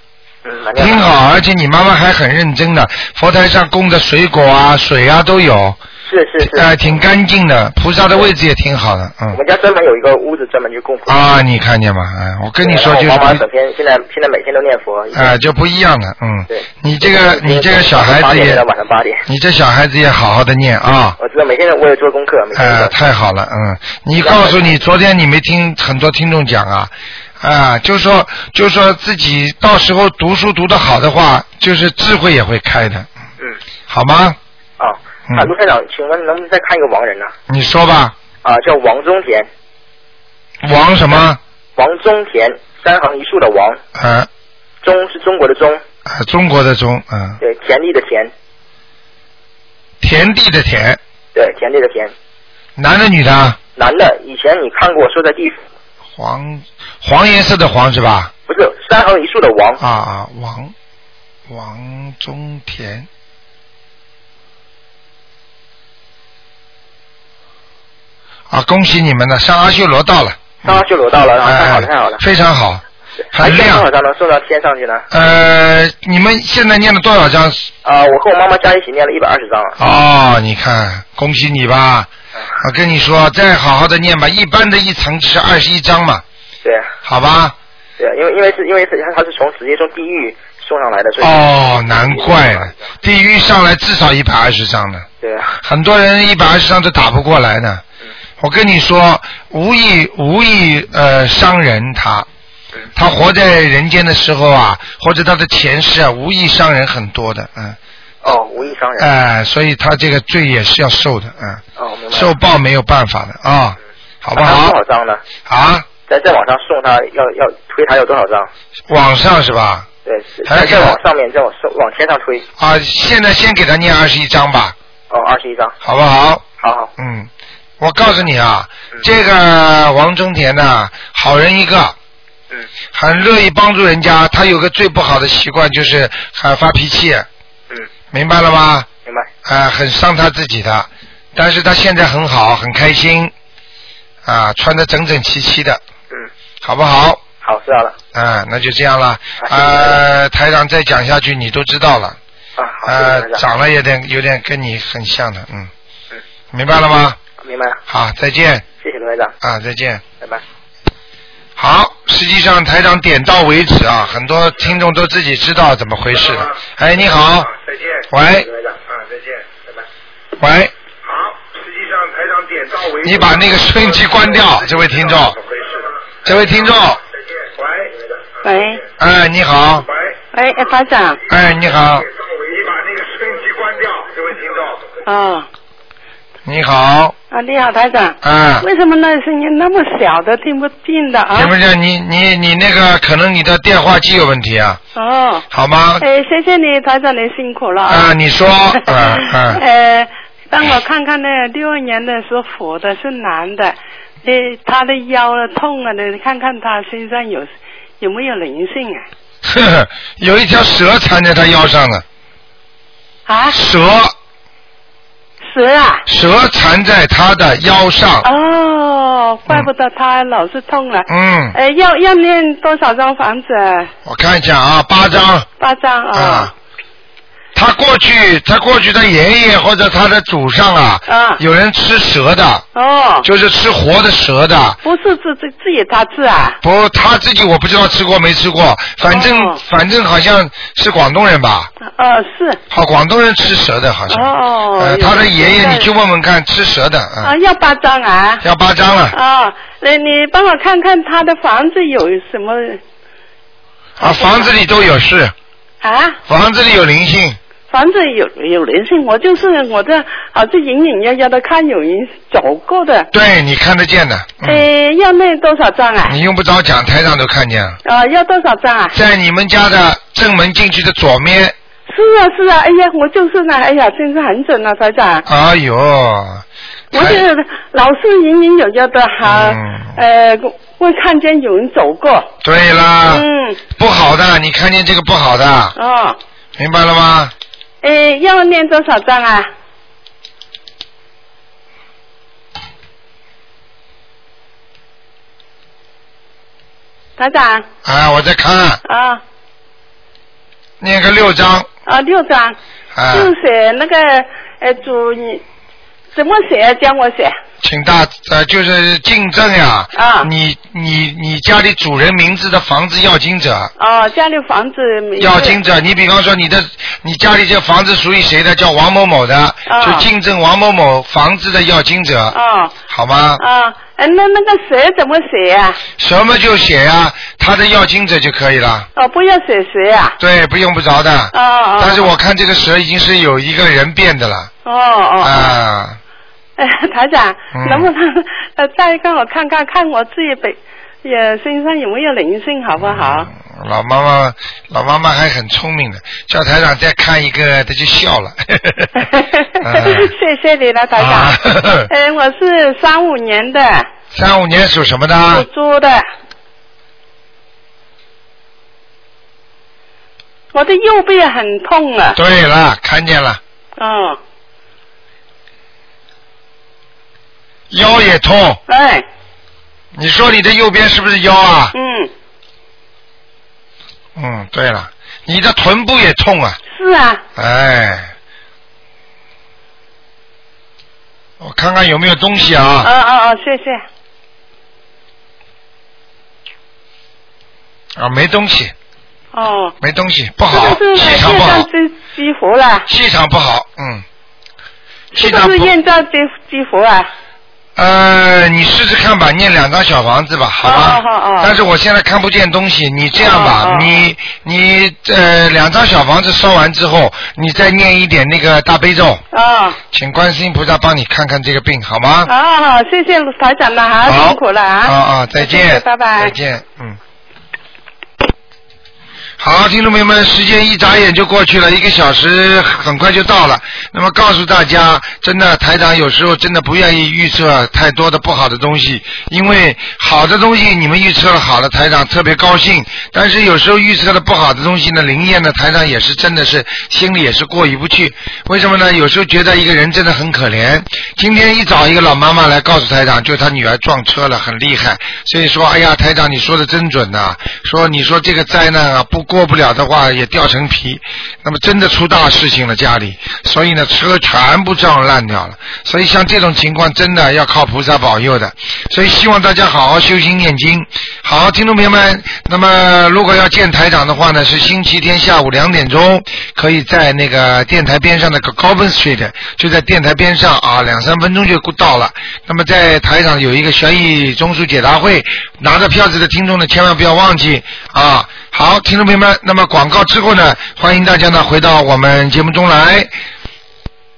Speaker 10: 嗯，蛮厉害
Speaker 1: 挺好，而且你妈妈还很认真的，佛台上供的水果啊、水啊都有，
Speaker 10: 是是是。
Speaker 1: 呃，挺干净的，菩萨的位置也挺好的，
Speaker 10: 我
Speaker 1: 嗯。
Speaker 10: 们家专门有一个屋子专门去供佛。
Speaker 1: 啊，你看见吗？哎，我跟你说就
Speaker 10: 对
Speaker 1: 是
Speaker 10: 然后我妈妈
Speaker 1: 不
Speaker 10: 整天现在现在每天都念佛。
Speaker 1: 啊，就不一样了，嗯。
Speaker 10: 对。
Speaker 1: 你这个你这个小孩
Speaker 10: 八
Speaker 1: 子
Speaker 10: 点
Speaker 1: 也
Speaker 10: 念到，晚上八点。
Speaker 1: 你这小孩子也好好的念啊。
Speaker 10: 我知道每天我也做功课，每天都
Speaker 1: 哎，
Speaker 10: 做
Speaker 1: 太好了，嗯，你告诉你，昨天你没听很多听众讲啊，啊，就说就说自己到时候读书读得好的话，就是智慧也会开的，
Speaker 10: 嗯，
Speaker 1: 好吗？
Speaker 10: 啊。
Speaker 1: 嗯
Speaker 10: 啊，卢台长，请问能不能再看一个亡人呢？
Speaker 1: 你说吧，
Speaker 10: 啊，叫王中田，
Speaker 1: 王什么？
Speaker 10: 王中田，三横一竖的王，
Speaker 1: 啊
Speaker 10: 中是中国的中，
Speaker 1: 啊，中国的中啊，
Speaker 10: 对，田地的田，
Speaker 1: 田地的田，
Speaker 10: 对，田地的田，
Speaker 1: 男的女的啊？
Speaker 10: 男的，以前你看过说在地府，
Speaker 1: 黄黄颜色的黄是吧？
Speaker 10: 不是三横一竖的王
Speaker 1: 啊啊，王王中田。啊，恭喜你们了，上阿修罗道了，
Speaker 10: 上阿修罗道了，啊，太好了，
Speaker 1: 哎
Speaker 10: 太好了，
Speaker 1: 非常好，
Speaker 10: 还
Speaker 1: 很
Speaker 10: 有多
Speaker 1: 亮
Speaker 10: 少。张能送到天上去呢？
Speaker 1: 呃，你们现在念了多少章？
Speaker 10: 啊，我和我妈妈加一起念了一百二十张了。
Speaker 1: 哦，你看，恭喜你吧！我跟你说，再好好的念吧，一般的一层只是二十一章嘛，
Speaker 10: 对，啊
Speaker 1: 好吧？
Speaker 10: 对，啊因为因为是因为是他是从直接从地狱送上来的，所以
Speaker 1: 哦，难怪了，地狱上来至少一百二十章呢。
Speaker 10: 对啊，
Speaker 1: 很多人一百二十张都打不过来呢。我跟你说，无意无意呃伤人他，他活在人间的时候啊，或者他的前世啊，无意伤人很多的，嗯，
Speaker 10: 哦，无意伤人。
Speaker 1: 哎、所以他这个罪也是要受的，嗯，
Speaker 10: 哦，明白。
Speaker 1: 受报没有办法的啊、好不
Speaker 10: 那还有
Speaker 1: 好
Speaker 10: 多？少张呢？
Speaker 1: 啊，
Speaker 10: 在在网上送他要要推他有多少张？
Speaker 1: 网上是吧？
Speaker 10: 对，是
Speaker 1: 还
Speaker 10: 在
Speaker 1: 要
Speaker 10: 在
Speaker 1: 给他
Speaker 10: 往上面，再往上往天上推。
Speaker 1: 啊，现在先给他念二十一章吧，
Speaker 10: 哦，二十一张。
Speaker 1: 好不好？
Speaker 10: 好好。嗯
Speaker 1: 嗯，我告诉你啊，这个王中田呐、好人一个，
Speaker 10: 嗯，
Speaker 1: 很乐意帮助人家。他有个最不好的习惯就是还发脾气，
Speaker 10: 嗯，
Speaker 1: 明白了吗？
Speaker 10: 明白。
Speaker 1: 啊，很伤他自己的，但是他现在很好，很开心，啊，穿的整整齐齐的，
Speaker 10: 嗯，
Speaker 1: 好不好？
Speaker 10: 好，知道了。
Speaker 1: 啊，那就这样了。
Speaker 10: 谢谢
Speaker 1: 呃，台长再讲下去，你都知道了。
Speaker 10: 啊，好，谢谢
Speaker 1: 呃
Speaker 10: 台，长
Speaker 1: 长得有点有点跟你很像的，嗯，明白了吗？
Speaker 10: 明白了。
Speaker 1: 好，再见
Speaker 10: 谢谢罗台长，
Speaker 1: 啊，再见。
Speaker 10: 拜拜。
Speaker 1: 好，实际上台长点到为止啊，很多听众都自己知道怎么回事
Speaker 10: 啊
Speaker 1: 的。哎，你好，
Speaker 7: 啊再见。
Speaker 1: 喂
Speaker 7: 台长啊，再见，拜拜。
Speaker 1: 喂，
Speaker 7: 好，实际上台长点到为止。
Speaker 1: 你把那个收音机关
Speaker 10: 啊
Speaker 1: 掉，这位听众，这位听众，
Speaker 9: 喂
Speaker 1: 哎，你好，
Speaker 9: 喂，哎，班长，
Speaker 1: 哎，你好，
Speaker 9: 哦，
Speaker 1: 你好，
Speaker 9: 啊，你好，台长，
Speaker 1: 啊，
Speaker 9: 为什么那声音那么小的，听不进的啊？
Speaker 1: 听不见你你你那个可能你的电话机有问题啊，
Speaker 9: 哦，
Speaker 1: 好吗？
Speaker 9: 哎，谢谢你，台长，你辛苦了
Speaker 1: 啊，你 说，啊啊，
Speaker 9: 呃，帮我看看那六二年的是虎的，是男的，呃，他的腰痛啊，你看看他身上有有没有灵性啊？
Speaker 1: 呵呵，有一条蛇缠在他腰上了，
Speaker 9: 啊，
Speaker 1: 蛇
Speaker 9: 蛇啊？
Speaker 1: 蛇缠在他的腰上，
Speaker 9: 哦，怪不得他老是痛了。
Speaker 1: 啊嗯，
Speaker 9: 呃，要要念多少张房子？
Speaker 1: 我看一下啊，八张。
Speaker 9: 八张啊。
Speaker 1: 啊，他过去，他过去他爷爷或者他的祖上啊，
Speaker 9: 啊
Speaker 1: 有人吃蛇的，
Speaker 9: 哦，
Speaker 1: 就是吃活的蛇的。
Speaker 9: 不是自自自己他吃啊？
Speaker 1: 不，他自己我不知道吃过没吃过，反正、
Speaker 9: 哦
Speaker 1: 反正好像是广东人吧，
Speaker 9: 呃，是。
Speaker 1: 好，广东人吃蛇的好像。
Speaker 9: 哦。
Speaker 1: 呃，他的爷爷你去
Speaker 9: 就
Speaker 1: 问问看，吃蛇的啊。
Speaker 9: 啊，要八张啊。
Speaker 1: 要八张了
Speaker 9: 哦，那你帮我看看他的房子有什么
Speaker 1: 啊，房子里都有事，
Speaker 9: 啊？
Speaker 1: 房子里有灵性。
Speaker 9: 房子有有灵性，我就是我这好像隐隐约约的看有人走过的。
Speaker 1: 对，你看得见的，
Speaker 9: 呃，要那多少张啊？
Speaker 1: 你用不着讲，台上都看见了。
Speaker 9: 啊，要多少张啊？
Speaker 1: 在你们家的正门进去的左面，
Speaker 9: 是啊是啊，哎呀，我就是呢，哎呀，真是很准啊，台长。
Speaker 1: 哎呦，
Speaker 9: 嗯我就是老是隐隐约约的哈，
Speaker 1: 嗯
Speaker 9: 呃，会看见有人走过。
Speaker 1: 对啦，
Speaker 9: 嗯，
Speaker 1: 不好的，你看见这个不好的，
Speaker 9: 哦，
Speaker 1: 明白了吗？
Speaker 9: 诶，要念多少章啊？台长
Speaker 1: 啊，我在看，
Speaker 9: 啊
Speaker 1: 念个六章，
Speaker 9: 啊，六章，
Speaker 1: 啊，
Speaker 9: 就写那个呃主，怎么写？教我写。
Speaker 1: 请大呃，就是竞争呀，
Speaker 9: 啊
Speaker 1: 你你你家里主人名字的房子要经者，
Speaker 9: 哦，家里房子没
Speaker 1: 要经者，你比方说你的你家里这房子属于谁的，叫王某某的，
Speaker 9: 啊
Speaker 1: 就竞争王某某房子的要经者，
Speaker 9: 哦
Speaker 1: 好吗？
Speaker 9: 啊，呃那那个蛇怎么写啊？
Speaker 1: 什么就写呀、他的要经者就可以了。
Speaker 9: 哦，不要写蛇啊。
Speaker 1: 对，不用不着的。
Speaker 9: 哦哦。
Speaker 1: 但是我看这个蛇已经是有一个人变的了
Speaker 9: 哦哦。
Speaker 1: 啊，
Speaker 9: 呃， 台长
Speaker 1: 嗯，
Speaker 9: 能不能呃再让我看看看我自己本也身上有没有灵性，好不好？
Speaker 1: 老妈妈，老妈妈还很聪明的，叫台长再看一个，她就 笑了。 嗯啊
Speaker 9: 谢谢你了，台长。嗯、我是三五年的
Speaker 1: 三五年属什么的？
Speaker 9: 猪的，我的右臂很痛啊。
Speaker 1: 对了，看见了，
Speaker 9: 嗯，
Speaker 1: 腰也痛。
Speaker 9: 哎。
Speaker 1: 你说你的右边是不是腰啊？
Speaker 9: 嗯，
Speaker 1: 嗯，对了，你的臀部也痛啊。
Speaker 9: 是啊，
Speaker 1: 哎，我看看有没有东西
Speaker 9: 哦
Speaker 1: 啊。
Speaker 9: 哦哦，谢谢。
Speaker 1: 啊，没东西，
Speaker 9: 哦，
Speaker 1: 没东西，不好，
Speaker 9: 是不是
Speaker 1: 气场
Speaker 9: 验
Speaker 1: 不好
Speaker 9: 证，肌肌服了？
Speaker 1: 气场不好，嗯。
Speaker 9: 是
Speaker 1: 气
Speaker 9: 不
Speaker 1: 场
Speaker 9: 是
Speaker 1: 不，
Speaker 9: 验证肌肌服啊？
Speaker 1: 呃，你试试看吧，念两张小房子吧，好吧？
Speaker 9: 哦哦哦
Speaker 1: 但是我现在看不见东西，你这样
Speaker 9: 哦
Speaker 1: 吧，你你呃两张小房子烧完之后，你再念一点那个大悲咒，
Speaker 9: 哦，
Speaker 1: 请观世音菩萨帮你看看这个病，好吗？
Speaker 9: 好好，哦谢谢台长了哈，辛苦了
Speaker 1: 啊
Speaker 9: 啊。
Speaker 1: 啊，再见，
Speaker 9: 谢谢拜拜
Speaker 1: 再见，嗯。好，听众朋友们，时间一眨眼就过去了，一个小时很快就到了。那么告诉大家，真的台长有时候真的不愿意预测太多的不好的东西，因为好的东西你们预测了好的，台长特别高兴；但是有时候预测了不好的东西呢，灵验呢，台长也是真的是心里也是过意不去。为什么呢？有时候觉得一个人真的很可怜。今天一早一个老妈妈来告诉台长，就她女儿撞车了，很厉害，所以说，哎呀，台长你说的真准呐、说你说这个灾难啊，不过不了的话也掉成皮，那么真的出大事情了家里，所以呢车全部撞烂掉了，所以像这种情况真的要靠菩萨保佑的，所以希望大家好好修心念经。好，听众朋友们，那么如果要见台长的话呢，是星期天下午两点钟，可以在那个电台边上的 Goben Street，就在电台边上啊，两三分钟就到了。那么在台上有一个悬疑综述解答会，拿着票子的听众呢，千万不要忘记啊。好，听众朋友们，那么广告之后呢，欢迎大家呢回到我们节目中来。